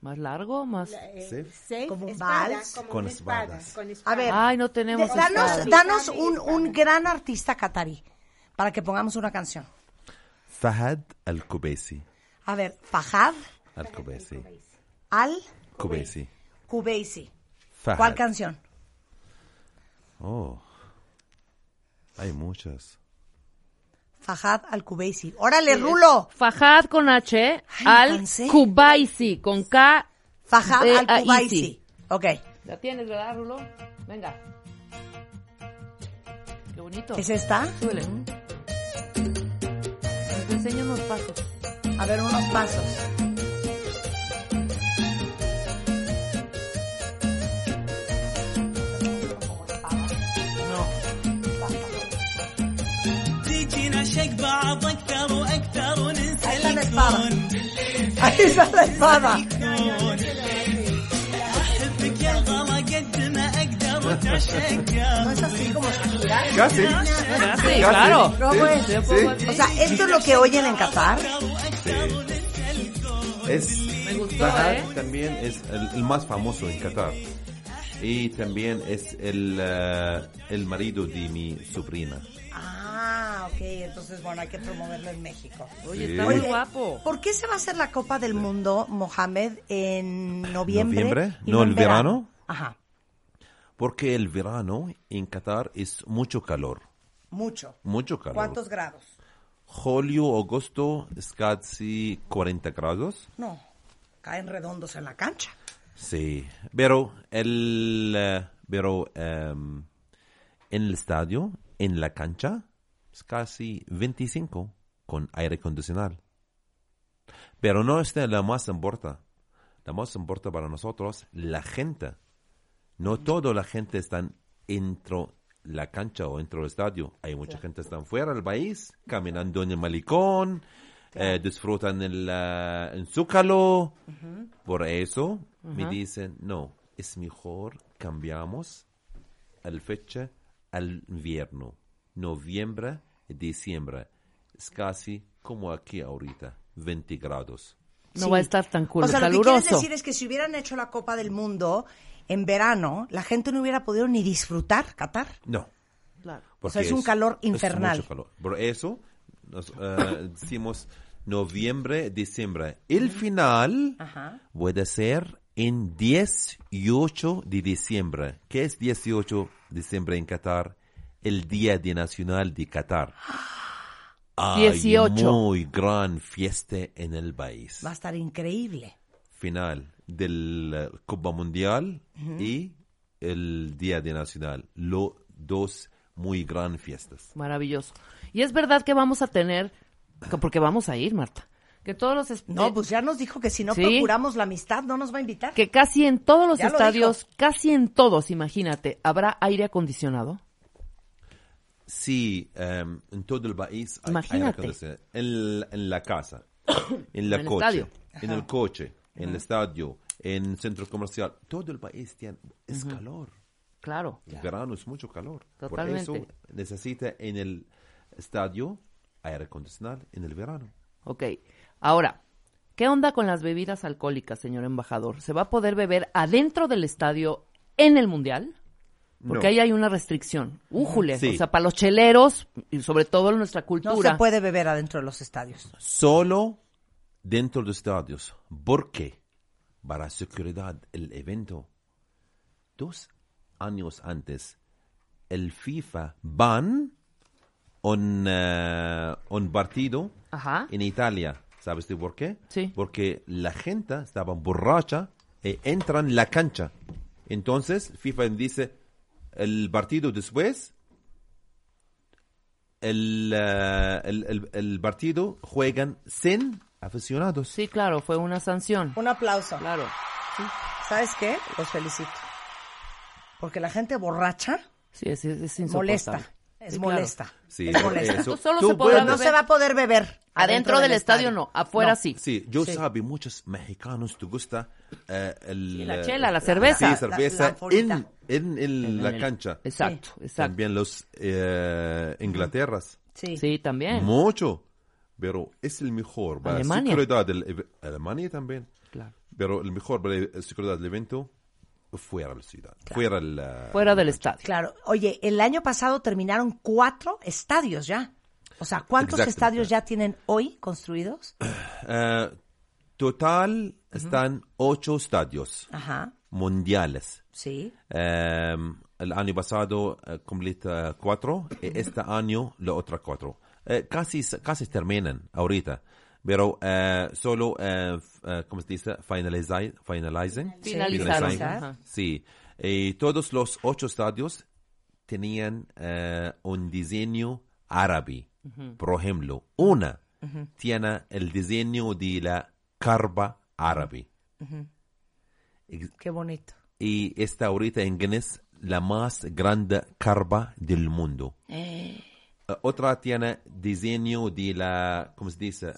Speaker 8: Más largo, más...
Speaker 6: eh,
Speaker 7: Eh, ¿Sef?
Speaker 10: Safe,
Speaker 6: Como un
Speaker 10: espada,
Speaker 6: vals.
Speaker 10: como
Speaker 7: Con
Speaker 10: una espada,
Speaker 7: espadas.
Speaker 10: con
Speaker 6: A ver,
Speaker 8: Ay, no tenemos...
Speaker 6: danos,
Speaker 8: espacio.
Speaker 6: danos un, un gran artista catarí para que pongamos una canción.
Speaker 7: Fahad al-Kubesi.
Speaker 6: A ver, Fajad
Speaker 7: Al-Kubesi.
Speaker 6: al-Kubeisi.
Speaker 7: Kubesi. Fahad.
Speaker 6: ¿Cuál canción?
Speaker 7: Oh. Hay muchas.
Speaker 6: Fajad al-Kubeisi. ¡Órale, Rulo!
Speaker 8: Fajad con H,
Speaker 6: me
Speaker 8: al
Speaker 6: cansé.
Speaker 8: Kubaisi, con K.
Speaker 6: Fajad
Speaker 8: Eh, ah,
Speaker 6: al-Kubeisi. Ok,
Speaker 8: ¿La tienes, verdad, Rulo? Venga. Qué bonito.
Speaker 6: ¿es esta?
Speaker 8: Súbele. Enseña unos pasos.
Speaker 6: A ver, unos pasos.
Speaker 8: No.
Speaker 9: تيجينا شق بعض اكثر واكثر وننسى
Speaker 6: Ahí está la espada. Ahí está la espada.
Speaker 9: احبك يا غلا قد ما اقدر وتعشق
Speaker 6: No
Speaker 9: يا
Speaker 6: es así como Shakira.
Speaker 7: Casi.
Speaker 8: Sí, claro.
Speaker 6: No, güey. O sea, esto es lo que oyen en Qatar.
Speaker 7: Es,
Speaker 8: Me gustó,
Speaker 7: Fahad
Speaker 8: ¿eh?
Speaker 7: también es el, el más famoso en Qatar. Y también es el, eh, el marido de mi sobrina.
Speaker 6: Ah, ok. Entonces, bueno, hay que promoverlo en México.
Speaker 8: Oye,
Speaker 7: Sí.
Speaker 8: está muy
Speaker 7: Oye,
Speaker 8: guapo.
Speaker 6: ¿Por qué se va a hacer la Copa del Mundo, Mohamed, en noviembre?
Speaker 7: ¿Noviembre?
Speaker 6: y
Speaker 7: ¿No
Speaker 6: en
Speaker 7: el
Speaker 6: verano?
Speaker 7: verano?
Speaker 6: Ajá,
Speaker 7: Porque el verano en Qatar es mucho calor.
Speaker 6: mucho.
Speaker 7: Mucho calor.
Speaker 6: ¿Cuántos grados?
Speaker 7: Julio, agosto es casi 40 grados.
Speaker 6: No, caen redondos en la cancha.
Speaker 7: Sí. Pero, el, eh, pero em, en el estadio, en la cancha, es casi 25 con aire acondicionado. Pero no es la más importa. La más importa para nosotros, la gente. No toda la gente está dentro la cancha o dentro del estadio. Hay mucha gente que está fuera del país, caminando en el malecón, eh, disfrutan el, eh, en Zúcalo. Por eso me dicen, no, es mejor cambiamos el fecha al invierno. Noviembre, diciembre. Es casi como aquí ahorita, 20 grados.
Speaker 8: No
Speaker 6: Sí.
Speaker 8: va a estar tan cool,
Speaker 6: O sea, lo que
Speaker 8: caluroso.
Speaker 6: quieres decir es que si hubieran hecho la Copa del Mundo en verano, la gente no hubiera podido ni disfrutar Qatar.
Speaker 7: No.
Speaker 8: Claro.
Speaker 6: O sea, es un calor infernal.
Speaker 7: mucho calor. Por eso nos, eh, decimos noviembre, diciembre. El final puede ser en 18 de diciembre. ¿Qué es 18 de diciembre en Qatar? El Día de Nacional de Qatar. Hay
Speaker 8: 18.
Speaker 7: muy gran fiesta en el país.
Speaker 6: Va a estar increíble.
Speaker 7: Final del eh, Copa Mundial y el Día de Nacional. Lo, dos muy gran fiestas.
Speaker 8: Maravilloso. Y es verdad que vamos a tener, que- porque vamos a ir, Marta, que todos los es-
Speaker 6: No,
Speaker 8: eh,
Speaker 6: pues ya nos dijo que si no
Speaker 8: Sí.
Speaker 6: procuramos la amistad, no nos va a invitar.
Speaker 8: que casi en todos los
Speaker 6: Ya lo
Speaker 8: estadios, casi en todos, imagínate, habrá aire acondicionado.
Speaker 7: Sí, em, en todo el país hay- hay
Speaker 8: Imagínate.
Speaker 7: aire acondicionado. en, la- en la casa, en la
Speaker 8: En el
Speaker 7: coche,
Speaker 8: estadio.
Speaker 7: en el coche, en el estadio, en centro comercial. Todo el país tiene es calor.
Speaker 8: Claro.
Speaker 7: El verano es mucho calor. Por
Speaker 8: Totalmente.
Speaker 7: eso necesita en el estadio aire acondicionado en el verano.
Speaker 8: Ok. Ahora, ¿qué onda con las bebidas alcohólicas, señor embajador? ¿Se va a poder beber adentro del estadio en el Mundial? Porque
Speaker 7: No.
Speaker 8: ahí hay una restricción. Újule.
Speaker 7: Sí.
Speaker 8: O sea, para los cheleros, y sobre todo en nuestra
Speaker 6: No
Speaker 8: cultura.
Speaker 6: se puede beber adentro de los estadios.
Speaker 7: Solo dentro de los estadios. ¿Por qué? Para seguridad el evento. Dos años antes, el FIFA ban un, eh, un partido
Speaker 8: Ajá.
Speaker 7: en Italia. ¿Sabes tú por qué?
Speaker 8: Ah. Sí.
Speaker 7: Porque la gente estaba borracha y entra en la cancha. Entonces, FIFA dice, el partido después, el, eh, el, el- el partido juegan sin aficionados.
Speaker 8: Sí, claro, fue una sanción.
Speaker 6: Un aplauso.
Speaker 8: Claro.
Speaker 6: ¿Sabes qué? Los felicito. Porque la gente borracha
Speaker 8: Sí, es, es- es insoportable.
Speaker 6: molesta. Es
Speaker 8: Sí, claro.
Speaker 6: molesta.
Speaker 7: Sí,
Speaker 6: es molesta.
Speaker 7: eso.
Speaker 8: Solo
Speaker 7: Tú
Speaker 8: se podrá
Speaker 7: puedes-
Speaker 6: No se va a poder beber.
Speaker 8: Adentro del estadio no, afuera sí.
Speaker 7: Sí, yo sabe, muchos mexicanos te gusta eh, el,
Speaker 8: Sí, la
Speaker 7: eh,
Speaker 8: chela, la cerveza.
Speaker 7: Sí, cerveza
Speaker 6: La- la
Speaker 7: en,
Speaker 6: anforita.
Speaker 7: en- en la cancha.
Speaker 8: Exacto, exacto.
Speaker 7: También los eh, Inglaterras.
Speaker 6: Sí.
Speaker 8: Sí, también.
Speaker 7: Mucho. Pero es el mejor para
Speaker 8: Mm. Alemania.
Speaker 7: seguridad del ev- Alemania también.
Speaker 8: Claro.
Speaker 7: Pero el mejor para la seguridad del evento fuera de la ciudad. Fuera la...
Speaker 8: Fuera del estadio.
Speaker 6: Claro. Oye, el año pasado terminaron cuatro estadios ya. O sea, ¿cuántos
Speaker 7: Exacto.
Speaker 6: estadios ya tienen hoy construidos?
Speaker 7: Eh, total están ocho estadios
Speaker 8: Ah.
Speaker 6: Ajá.
Speaker 7: mundiales.
Speaker 6: Sí.
Speaker 7: Eh, el año pasado eh, completa cuatro, y este año la otra cuatro. Eh, casi, casi terminan ahorita, pero eh, solo, eh, f- eh, ¿cómo se dice? Finalize, finalizing.
Speaker 8: Finalizaron.
Speaker 7: Finalizing.
Speaker 8: Ajá.
Speaker 7: Sí. Y todos los ocho estadios tenían eh, un diseño árabe. Por ejemplo, una tiene el diseño de la carpa árabe. Ex-
Speaker 6: Qué bonito.
Speaker 7: y está ahorita en Guinness la más grande carpa del mundo. Eh, Otra tiene diseño de la, ¿cómo se dice?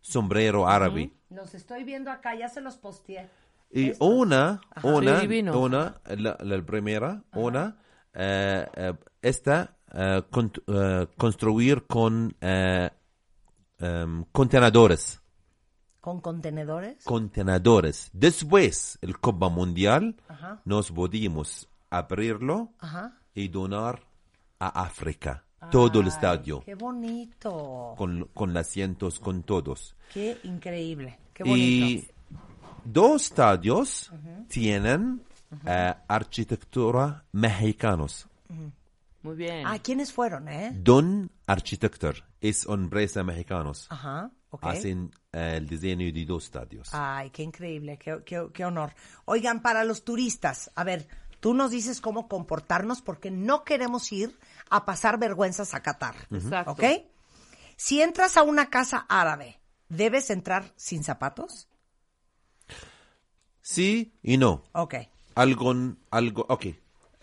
Speaker 7: Sombrero, árabe.
Speaker 6: Los estoy viendo acá, ya se los posteé.
Speaker 7: Y una, una,
Speaker 8: Sí, divino.
Speaker 7: una, la, la primera, una, eh, eh, esta, eh, con- eh, construir con eh, em, contenedores.
Speaker 6: ¿Con contenedores?
Speaker 7: Contenedores. Después, el Copa Mundial,
Speaker 6: Ajá.
Speaker 7: nos pudimos abrirlo
Speaker 6: Ajá.
Speaker 7: y donar a África todo el estadio,
Speaker 6: Qué bonito.
Speaker 7: con, con los asientos, con todos.
Speaker 6: Qué increíble. Qué bonito.
Speaker 7: Y dos estadios tienen eh, arquitectura mexicanos.
Speaker 8: Muy bien.
Speaker 6: Ah, ¿quiénes fueron, eh?
Speaker 7: Don Architecture es una empresa mexicanos.
Speaker 6: Ajá. Ah, Ok. Ah.
Speaker 7: Hacen eh, el diseño de dos estadios.
Speaker 6: Ay, qué increíble, qué, qué- qué honor. Oigan, para los turistas, a ver, tú nos dices cómo comportarnos porque no queremos ir a pasar vergüenzas a Qatar.
Speaker 8: Exacto.
Speaker 6: ¿Ok? Si entras a una casa árabe, ¿debes entrar sin zapatos?
Speaker 7: Sí y no.
Speaker 6: Ok.
Speaker 7: Algo, algo, ok.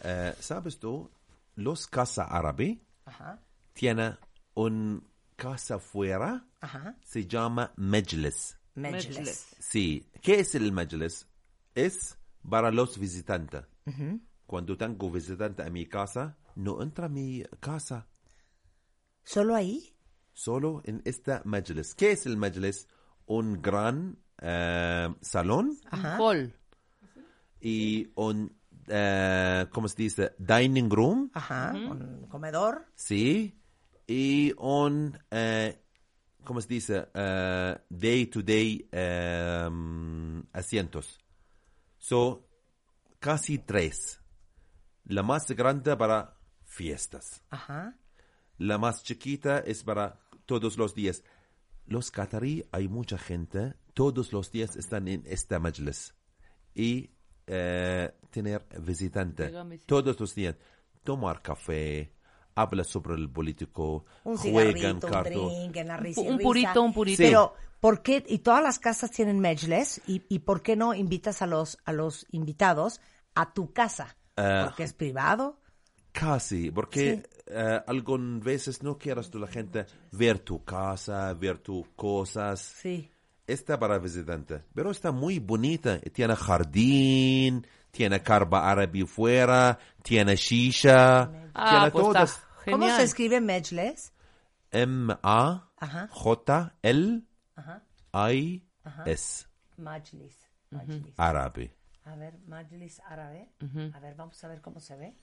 Speaker 7: Eh, ¿Sabes tú? Los casa árabe
Speaker 6: Ajá,
Speaker 7: tienen un casa fuera,
Speaker 6: ajá.
Speaker 7: se llama Mejlis.
Speaker 6: Mejlis.
Speaker 8: Mejlis.
Speaker 7: Sí. ¿Qué es el majlis? Es para los visitantes. Cuando tengo visitante a mi casa, no entra a mi casa,
Speaker 6: ¿Solo ahí?
Speaker 7: solo en esta majlis. ¿Qué es el majlis? Un gran eh, salón
Speaker 8: Un hall.
Speaker 7: y un, eh, ¿cómo se dice? Dining room,
Speaker 6: Ajá, un comedor.
Speaker 7: sí, y un, eh, ¿cómo se dice? Eh, Day-to-day eh, em, asientos. So, casi tres. La más grande para fiestas.
Speaker 6: Ajá.
Speaker 7: La más chiquita es para todos los días. Los qatarí, hay mucha gente, todos los días están en esta majlis. Y eh, tener visitantes
Speaker 8: Dígame, sí.
Speaker 7: todos los días. Tomar café, habla sobre el político,
Speaker 6: Un
Speaker 7: juegan
Speaker 6: cigarrito, un
Speaker 7: cartas.
Speaker 6: drink, en la risa y
Speaker 8: Un
Speaker 6: risa.
Speaker 8: purito, un purito.
Speaker 7: Sí.
Speaker 6: Pero, ¿por qué? Y todas las casas tienen mejles, y, y ¿por qué no invitas a los, a los invitados a tu casa?
Speaker 7: Ah.
Speaker 6: Porque es privado.
Speaker 7: Casi, porque eh, algunas veces no quieres tú la gente ver tu casa, ver tus cosas.
Speaker 6: Sí.
Speaker 7: Está para visitante, pero está muy bonita. Tiene jardín, tiene carpa árabe fuera, tiene shisha,
Speaker 8: Ah,
Speaker 7: tiene
Speaker 8: pues está
Speaker 7: todas.
Speaker 8: genial.
Speaker 6: ¿Cómo se escribe mejles? Ajá.
Speaker 7: M-A-J-L-I-S.
Speaker 6: Ajá. Majlis. Majlis.
Speaker 7: Árabe.
Speaker 6: A ver, Majlis árabe. A ver, vamos a ver cómo se ve.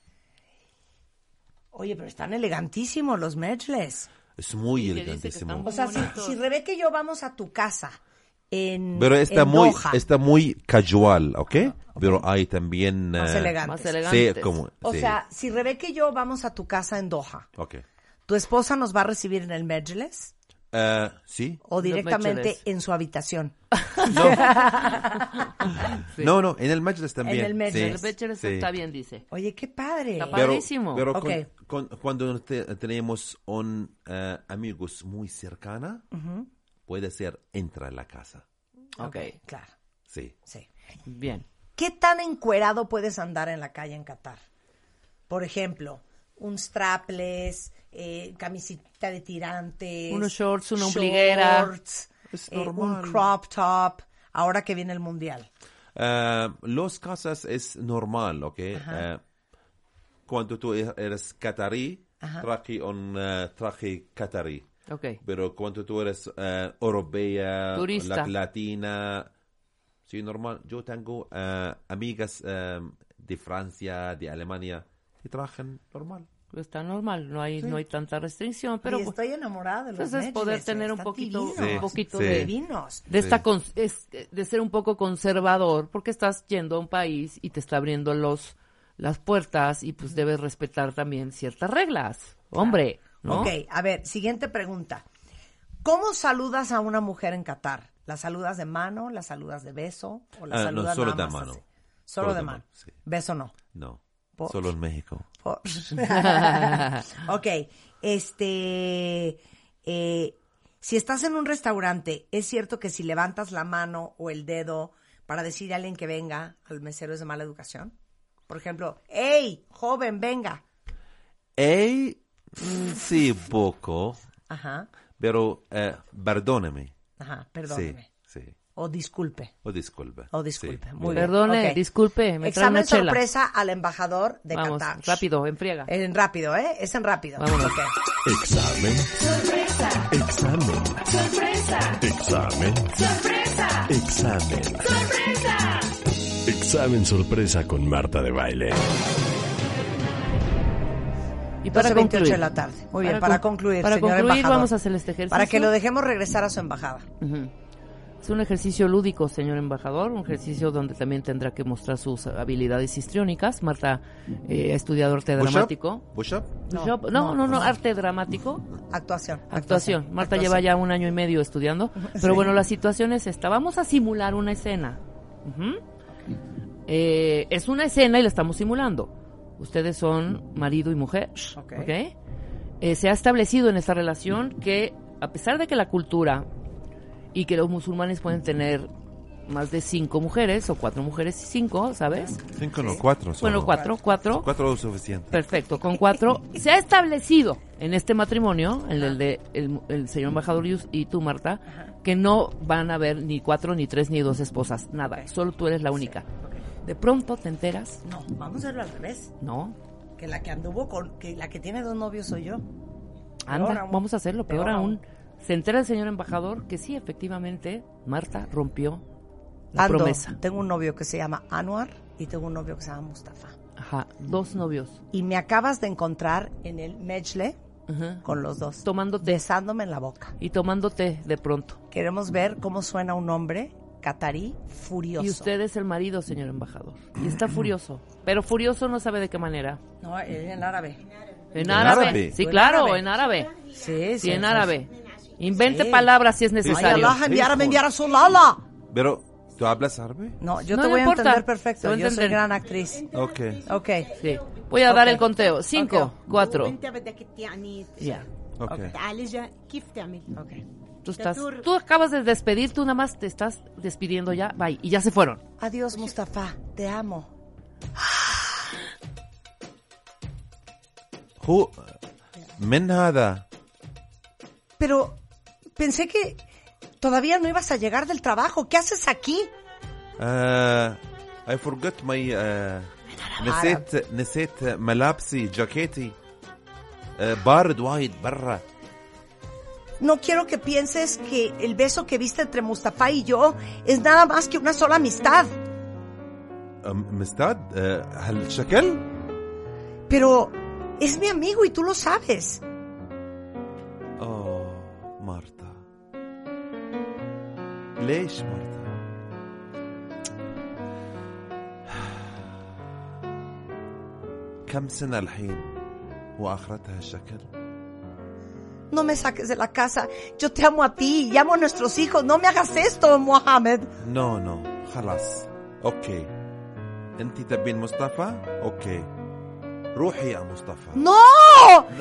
Speaker 6: Oye, pero están elegantísimos los mejles.
Speaker 7: Es muy
Speaker 8: Y que dice que está
Speaker 7: elegantísimo.
Speaker 6: O sea, si,
Speaker 8: Bonitos.
Speaker 6: si Rebeca y yo vamos a tu casa en
Speaker 7: Pero está
Speaker 6: en
Speaker 7: muy,
Speaker 6: Doha,
Speaker 7: está muy casual, ¿ok? Pero hay también...
Speaker 6: más
Speaker 7: eh,
Speaker 6: elegantes.
Speaker 8: Más elegante.
Speaker 7: Sí,
Speaker 8: elegantes.
Speaker 7: como...
Speaker 6: O
Speaker 7: sí.
Speaker 6: sea, si Rebeca y yo vamos a tu casa en Doha,
Speaker 7: Ok.
Speaker 6: ¿tu esposa nos va a recibir en el Mejles
Speaker 7: Eh, ¿Sí?
Speaker 6: o directamente
Speaker 8: Mejles.
Speaker 6: en su habitación?
Speaker 8: Sí.
Speaker 7: No, no, en el Majlis también.
Speaker 6: En el Majlis.
Speaker 7: sí,
Speaker 8: El Becher
Speaker 7: sí.
Speaker 8: está bien, dice.
Speaker 6: Oye, qué padre.
Speaker 8: Está
Speaker 7: Pero,
Speaker 8: Padrísimo.
Speaker 7: pero con-
Speaker 6: Ok.
Speaker 7: con- cuando te- tenemos un, eh, amigos muy cercana, puede ser entra a la casa.
Speaker 8: Ok.
Speaker 6: Claro,
Speaker 7: Sí.
Speaker 6: sí.
Speaker 8: Bien.
Speaker 6: ¿Qué tan encuerado puedes andar en la calle en Qatar? Por ejemplo, un strapless, eh, camisita de tirantes.
Speaker 8: Unos shorts, una ombliguera.
Speaker 6: shorts,
Speaker 7: Es
Speaker 6: eh, un
Speaker 7: normal.
Speaker 6: crop top, ahora que viene el mundial.
Speaker 7: Eh, los casas es normal, ¿ok? Eh, cuando tú e, eres catarí, traje un eh, traje catarí.
Speaker 8: Ok.
Speaker 7: Pero cuando tú eres eh, europea,
Speaker 8: Turista.
Speaker 7: la- latina, sí, normal. Yo tengo eh, amigas eh, de Francia, de Alemania, que trajen normal.
Speaker 8: Está normal. No hay, no hay tanta restricción, pero
Speaker 6: y
Speaker 8: pues,
Speaker 6: estoy enamorada de los
Speaker 8: entonces es poder
Speaker 6: Mejles,
Speaker 8: tener un
Speaker 6: están
Speaker 8: poquito,
Speaker 6: divinos.
Speaker 8: un poquito
Speaker 7: Sí.
Speaker 8: de...
Speaker 6: divinos.
Speaker 8: de esta
Speaker 7: Sí.
Speaker 8: con- es- de ser un poco conservador porque estás yendo a un país y te está abriendo los las puertas y pues debes respetar también ciertas reglas hombre ¿no?
Speaker 6: Ok, a ver, siguiente pregunta. ¿Cómo saludas a una mujer en Qatar? ¿La saludas de mano, la saludas de beso o la
Speaker 7: Ah, no,
Speaker 6: saludas
Speaker 7: solo
Speaker 6: nada
Speaker 7: de
Speaker 6: más
Speaker 7: mano.
Speaker 6: así? Solo, de mano.
Speaker 7: sí.
Speaker 6: Beso no.
Speaker 7: No,
Speaker 6: Por-
Speaker 7: solo en México.
Speaker 6: Por- ok, este, eh, si estás en un restaurante, ¿es cierto que si levantas la mano o el dedo para decir a alguien que venga, al mesero es de mala educación? Por ejemplo, hey, joven, venga.
Speaker 7: Ey, mm, sí, poco,
Speaker 6: Ajá,
Speaker 7: pero eh, perdóname.
Speaker 6: ajá, perdóneme.
Speaker 7: Sí, sí.
Speaker 6: O disculpe.
Speaker 7: O disculpe.
Speaker 6: O disculpe.
Speaker 7: Sí.
Speaker 6: Muy bien.
Speaker 8: perdone
Speaker 6: Ok.
Speaker 8: disculpe me trae una
Speaker 6: Examen
Speaker 8: chela
Speaker 6: sorpresa al embajador de
Speaker 8: vamos
Speaker 6: Qatar.
Speaker 8: rápido enfriega
Speaker 6: En rápido, ¿eh? Es en rápido.
Speaker 8: Vámonos.
Speaker 6: Ok.
Speaker 2: Examen. Examen. Examen. Examen. Examen sorpresa con Marta de Baile.
Speaker 8: y para
Speaker 6: 12.28
Speaker 8: concluir
Speaker 6: de la tarde. Muy bien, para,
Speaker 8: con-
Speaker 6: concluir,
Speaker 8: para
Speaker 6: señor
Speaker 8: concluir
Speaker 6: embajador.
Speaker 8: vamos a hacer este ejercicio
Speaker 6: Para que lo dejemos regresar a su embajada.
Speaker 8: Ujú. Es un ejercicio lúdico, señor embajador, un ejercicio donde también tendrá que mostrar sus habilidades histriónicas. Marta eh, ha estudiado arte
Speaker 7: ¿Push up?
Speaker 8: dramático.
Speaker 7: ¿Push up?
Speaker 8: Push up. No, no, no, arte dramático.
Speaker 6: Actuación.
Speaker 8: Actuación. Marta lleva ya un año y medio estudiando. Pero bueno, la situación es esta. Vamos a simular una escena. Ujú. Eh, es una escena y la estamos simulando. Ustedes son marido y mujer.
Speaker 6: Ok.
Speaker 8: ¿ok? Eh, se ha establecido en esta relación que, a pesar de que la cultura y que los musulmanes pueden tener más de cinco mujeres o cuatro mujeres y cinco, ¿sabes?
Speaker 7: Cinco no, cuatro. solo.
Speaker 8: Bueno, cuatro, cuatro.
Speaker 7: Cuatro es suficiente.
Speaker 8: Perfecto, con cuatro. Se ha establecido en este matrimonio, en el de el, el señor embajador y us- y tú, Marta, que no van a haber ni cuatro, ni tres, ni dos esposas, nada. Solo tú eres la única. De pronto te enteras,
Speaker 6: No, vamos a hacerlo al revés.
Speaker 8: no,
Speaker 6: Que la que anduvo con, que la que tiene dos novios soy yo.
Speaker 8: anda,
Speaker 6: aún.
Speaker 8: vamos a hacerlo, peor,
Speaker 6: Peor
Speaker 8: aún. Se entera el señor embajador que sí, efectivamente, Marta rompió la
Speaker 6: Ando,
Speaker 8: promesa.
Speaker 6: Tengo un novio que se llama Anwar y tengo un novio que se llama Mustafa.
Speaker 8: Ajá, dos novios.
Speaker 6: Y me acabas de encontrar en el Mejle
Speaker 8: Ajá.
Speaker 6: con los dos.
Speaker 8: Tomando té.
Speaker 6: Besándome en la boca.
Speaker 8: Y tomando té de pronto.
Speaker 6: Queremos ver cómo suena un hombre catarí furioso.
Speaker 8: Y usted es el marido, señor embajador. Y está furioso. Pero furioso no sabe de qué manera.
Speaker 6: No, él en árabe.
Speaker 8: En
Speaker 7: ¿En
Speaker 8: árabe.
Speaker 7: árabe?
Speaker 8: Sí,
Speaker 6: En
Speaker 8: claro,
Speaker 6: árabe.
Speaker 8: en árabe.
Speaker 6: Sí,
Speaker 8: Sí, en árabe. Invente palabras si es
Speaker 6: Ay,
Speaker 8: necesario.
Speaker 6: Allah, enviar, me enviar a su lala.
Speaker 7: Pero, ¿tú hablas árabe?
Speaker 6: No, yo
Speaker 8: No
Speaker 6: te voy
Speaker 8: importa.
Speaker 6: a entender
Speaker 8: Te
Speaker 6: perfecto.
Speaker 8: voy a
Speaker 6: Yo soy
Speaker 8: entender.
Speaker 6: gran actriz.
Speaker 7: Ok.
Speaker 6: Ok.
Speaker 8: Sí. Voy a dar
Speaker 6: Ok.
Speaker 8: el conteo. Cinco,
Speaker 6: Ok.
Speaker 8: cuatro.
Speaker 5: انت بدك يعني ت-
Speaker 8: Ya.
Speaker 7: Ok.
Speaker 5: تعالجها كيف تعمل
Speaker 6: Ok.
Speaker 8: Tú estás.
Speaker 5: Tatur.
Speaker 8: Tú acabas de despedir, tú nada más te estás despidiendo ya. Bye. Y ya se fueron.
Speaker 6: Adiós, Mustafa. Te amo.
Speaker 7: هو من هذا؟
Speaker 6: Pero pensé que todavía no ibas a llegar del trabajo. ¿Qué haces aquí?
Speaker 7: آه eh, I forgot my eh, آه نسيت نسيت ملابسي جاكيتي آه بارد وايد برا
Speaker 6: No quiero que pienses que el beso que viste entre Mustafa y yo es nada más que una sola amistad.
Speaker 7: آه، مستعد آه هالشكل؟
Speaker 6: Pero es mi amigo y tú lo sabes.
Speaker 7: اوه آه، مارتا ليش مارتا؟ كم سنة الحين وآخرتها هالشكل؟
Speaker 6: No me saques de la casa. Yo te amo a ti y amo a nuestros hijos. No me hagas esto, Mohamed.
Speaker 7: نو نو خلاص اوكي انت تبين مصطفى اوكي روحي يا مصطفى
Speaker 6: ¡No!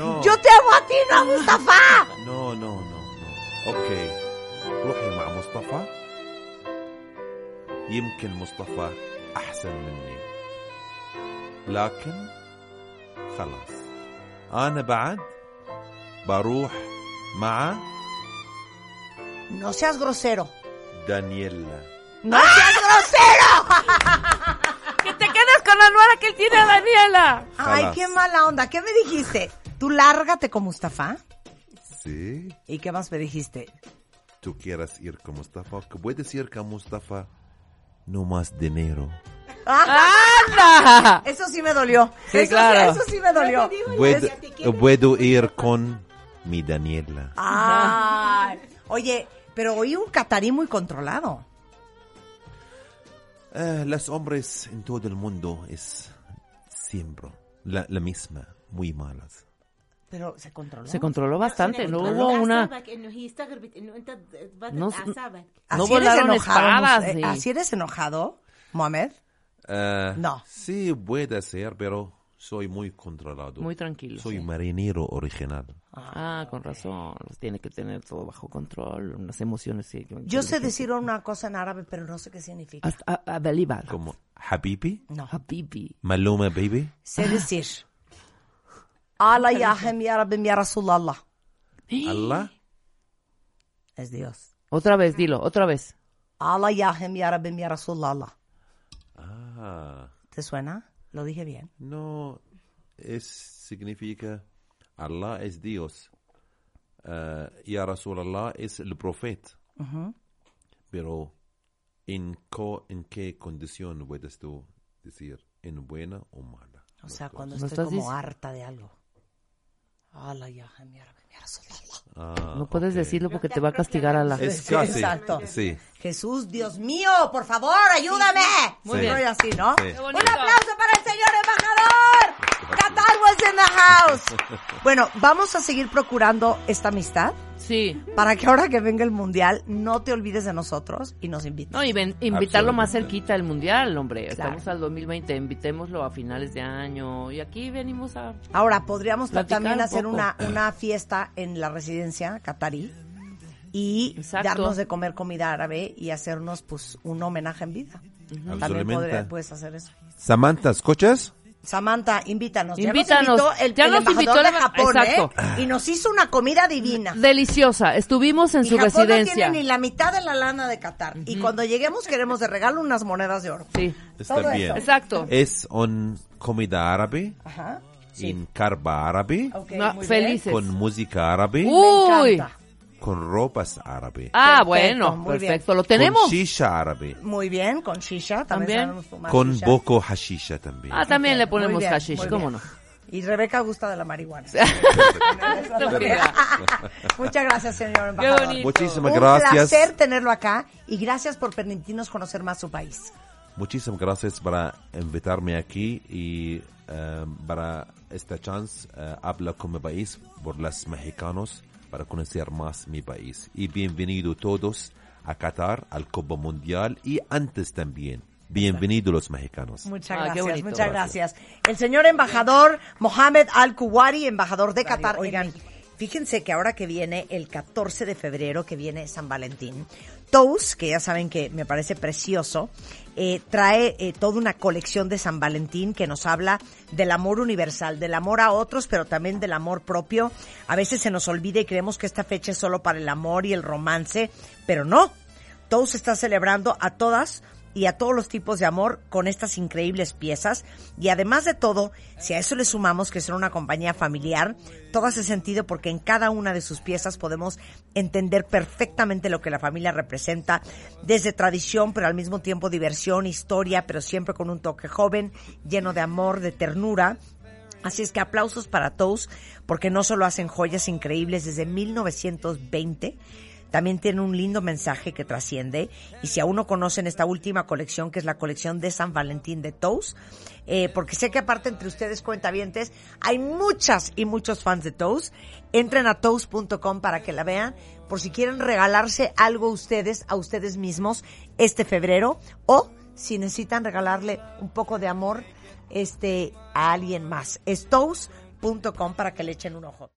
Speaker 7: No.
Speaker 6: Yo te amo a ti, no a Mustafa.
Speaker 7: نو نو نو نو اوكي روحي مع مصطفى يمكن مصطفى احسن مني لكن خلاص انا بعد بروح مع
Speaker 6: No seas grosero.
Speaker 7: دانييلا
Speaker 6: ¡No seas grosero!
Speaker 8: ¡Que te quedes con la nuera que tiene Daniela!
Speaker 6: Ay,
Speaker 7: خلاص.
Speaker 6: qué mala onda. ¿Qué me dijiste? Tú lárgate con Mustafa.
Speaker 7: Sí.
Speaker 6: ¿Y qué más me dijiste?
Speaker 7: tú quieras ir con Mustafa, que puedes ir con Mustafa, no más dinero.
Speaker 8: ¡Anda!
Speaker 6: Ah, Eso sí me dolió.
Speaker 8: Ah. Sí,
Speaker 6: eso,
Speaker 8: claro.
Speaker 6: eso sí me dolió.
Speaker 7: Puedo, puedo ir con mi Daniela.
Speaker 6: Ah. Ay. Oye, pero oí un catarí muy controlado.
Speaker 7: Eh, las hombres en todo el mundo es siempre la, la misma, muy malas.
Speaker 6: Pero se controló.
Speaker 8: Se controló bastante. No hubo
Speaker 5: بتعصبك
Speaker 8: una.
Speaker 5: انه هي استغربت انه انت
Speaker 8: No
Speaker 5: تبادل
Speaker 8: s-
Speaker 5: اعصابك
Speaker 8: No
Speaker 6: eres
Speaker 8: volaron
Speaker 6: enojado,
Speaker 8: espadas,
Speaker 6: Mus- eh,
Speaker 8: ni-
Speaker 6: Así eres enojado, Mohamed.
Speaker 7: Eh,
Speaker 6: No.
Speaker 7: Sí, puede ser, pero soy muy controlado.
Speaker 8: Muy tranquilo.
Speaker 7: Soy marinero original.
Speaker 8: Ah, con razón. Los Tiene que tener todo bajo control. Unas emociones. sí, que-
Speaker 6: Yo sé decir una cosa en árabe, pero no sé qué significa.
Speaker 8: Hasta- a- a Dalibar.
Speaker 7: Como Habibi,
Speaker 6: No.
Speaker 8: Habibi.
Speaker 7: Maluma Baby.
Speaker 6: Sé
Speaker 8: Ah.
Speaker 6: decir. Ala yahem ya Rabbim ya Rasulallah.
Speaker 7: Allah,
Speaker 6: Es Dios.
Speaker 8: Otra vez, dilo, otra vez.
Speaker 6: Ala yahem ya Rabbim ya Rasulallah.
Speaker 7: Ah.
Speaker 6: ¿Te suena? Lo dije bien.
Speaker 7: No, es significa Allah es Dios. Eh, ya Rasulallah es el profeta. Pero, ¿en, co- ¿en qué condición puedes tú decir? ¿En buena o mala?
Speaker 6: O sea, cuando
Speaker 8: ¿No
Speaker 6: estoy
Speaker 8: estás
Speaker 6: como
Speaker 8: dic-
Speaker 6: harta de algo. Ala yahem ya Rabbim ya Rasulallah.
Speaker 7: Ah,
Speaker 8: No puedes
Speaker 7: ok.
Speaker 8: decirlo porque te va a castigar a la...
Speaker 7: Es
Speaker 6: Sí,
Speaker 7: casi.
Speaker 6: exacto.
Speaker 7: Sí.
Speaker 6: Jesús, Dios mío, por favor, ayúdame.
Speaker 7: Muy
Speaker 6: Sí.
Speaker 7: bien.
Speaker 6: Soy así, ¿no?
Speaker 7: Sí. Qué
Speaker 6: Un aplauso para el señor embajador. Qatar was in the house. Bueno, vamos a seguir procurando esta amistad
Speaker 8: Sí.
Speaker 6: para que ahora que venga el mundial no te olvides de nosotros y nos invites.
Speaker 8: No, y ven- invitarlo más
Speaker 7: Absolutamente.
Speaker 8: cerquita al Mundial, hombre.
Speaker 6: Claro.
Speaker 8: Estamos al 2020, invitémoslo a finales de año. Y aquí venimos a...
Speaker 6: Ahora, podríamos ta-
Speaker 8: Platicar
Speaker 6: también
Speaker 8: un
Speaker 6: hacer
Speaker 8: poco.
Speaker 6: una, una fiesta en la residencia catarí y
Speaker 8: Exacto.
Speaker 6: darnos de comer comida árabe y hacernos pues un homenaje en vida. También
Speaker 7: Absolutamente.
Speaker 6: podría- puedes hacer eso.
Speaker 7: Samantha, ¿escuchas?
Speaker 6: Samantha, invítanos. Ya
Speaker 8: Invítanos.
Speaker 6: nos invitó el,
Speaker 8: Ya
Speaker 6: el
Speaker 8: nos
Speaker 6: embajador
Speaker 8: invitó
Speaker 6: de
Speaker 8: el-
Speaker 6: Japón,
Speaker 8: Exacto.
Speaker 6: ¿eh? Y nos hizo una comida divina.
Speaker 8: Deliciosa. Estuvimos en
Speaker 6: Ah. y
Speaker 8: su
Speaker 6: Japón no
Speaker 8: residencia.
Speaker 6: tiene ni la mitad de la lana de Qatar. Y cuando lleguemos queremos de regalo unas monedas de oro.
Speaker 8: Sí,
Speaker 6: Todo
Speaker 7: Está
Speaker 6: eso.
Speaker 7: bien.
Speaker 8: exacto.
Speaker 7: Es un comida árabe,
Speaker 6: Ajá.
Speaker 7: en carba árabe,
Speaker 6: Ok,
Speaker 8: No,
Speaker 6: muy bien.
Speaker 8: felices.
Speaker 7: con música árabe,
Speaker 6: Me
Speaker 8: Uy.
Speaker 6: encanta.
Speaker 7: con ropas árabe.
Speaker 8: Ah,
Speaker 6: Perfecto,
Speaker 8: bueno,
Speaker 6: muy bien.
Speaker 8: perfecto. Lo tenemos.
Speaker 7: Con shisha árabe.
Speaker 6: Muy bien, con shisha. También,
Speaker 8: También.
Speaker 6: sabemos fumar
Speaker 7: Con
Speaker 6: shisha.
Speaker 7: boco hashisha también.
Speaker 8: Ah, también le
Speaker 6: Muy
Speaker 8: ponemos
Speaker 6: bien,
Speaker 8: hashish,
Speaker 6: muy
Speaker 8: ¿cómo
Speaker 6: bien.
Speaker 8: no?
Speaker 6: Y Rebeca gusta de la marihuana.
Speaker 8: Estúpida.
Speaker 6: Muchas gracias, señor
Speaker 8: Qué
Speaker 6: embajador.
Speaker 8: bonito.
Speaker 7: Muchísimas
Speaker 6: Un
Speaker 7: gracias.
Speaker 6: placer tenerlo acá y gracias por permitirnos conocer más su país.
Speaker 7: Muchísimas gracias para invitarme aquí y eh, para esta chance eh, habla con mi país por los mexicanos para conocer más mi país. Y bienvenido todos a Qatar, al Copa Mundial y antes también. Bienvenidos los mexicanos.
Speaker 6: Muchas
Speaker 8: Ah, qué
Speaker 6: gracias,
Speaker 8: bonito.
Speaker 6: muchas gracias. El señor embajador Mohamed Al-Kuwari, embajador de
Speaker 1: Radio.
Speaker 6: Qatar. en
Speaker 1: Oigan,
Speaker 6: México. fíjense que ahora que viene el 14 de febrero, que viene San Valentín, Tous, que ya saben que me parece precioso, eh, trae eh, toda una colección de San Valentín que nos habla del amor universal, del amor a otros, pero también del amor propio. A veces se nos olvida y creemos que esta fecha es solo para el amor y el romance, pero no. Tous está celebrando a todas y a todos los tipos de amor con estas increíbles piezas. Y además de todo, si a eso le sumamos que son una compañía familiar, todo hace sentido porque en cada una de sus piezas podemos entender perfectamente lo que la familia representa, desde tradición, pero al mismo tiempo diversión, historia, pero siempre con un toque joven, lleno de amor, de ternura. Así es que aplausos para Tous, porque no solo hacen joyas increíbles desde 1920, también tienen un lindo mensaje que trasciende. Y si aún no conocen esta última colección, que es la colección de San Valentín de Tous, eh, porque sé que aparte entre ustedes cuentavientes, hay muchas y muchos fans de Tous. Entren a tous.com para que la vean, por si quieren regalarse algo ustedes, a ustedes mismos, este febrero, o si necesitan regalarle un poco de amor este a alguien más. Stos.com para que le echen un ojo.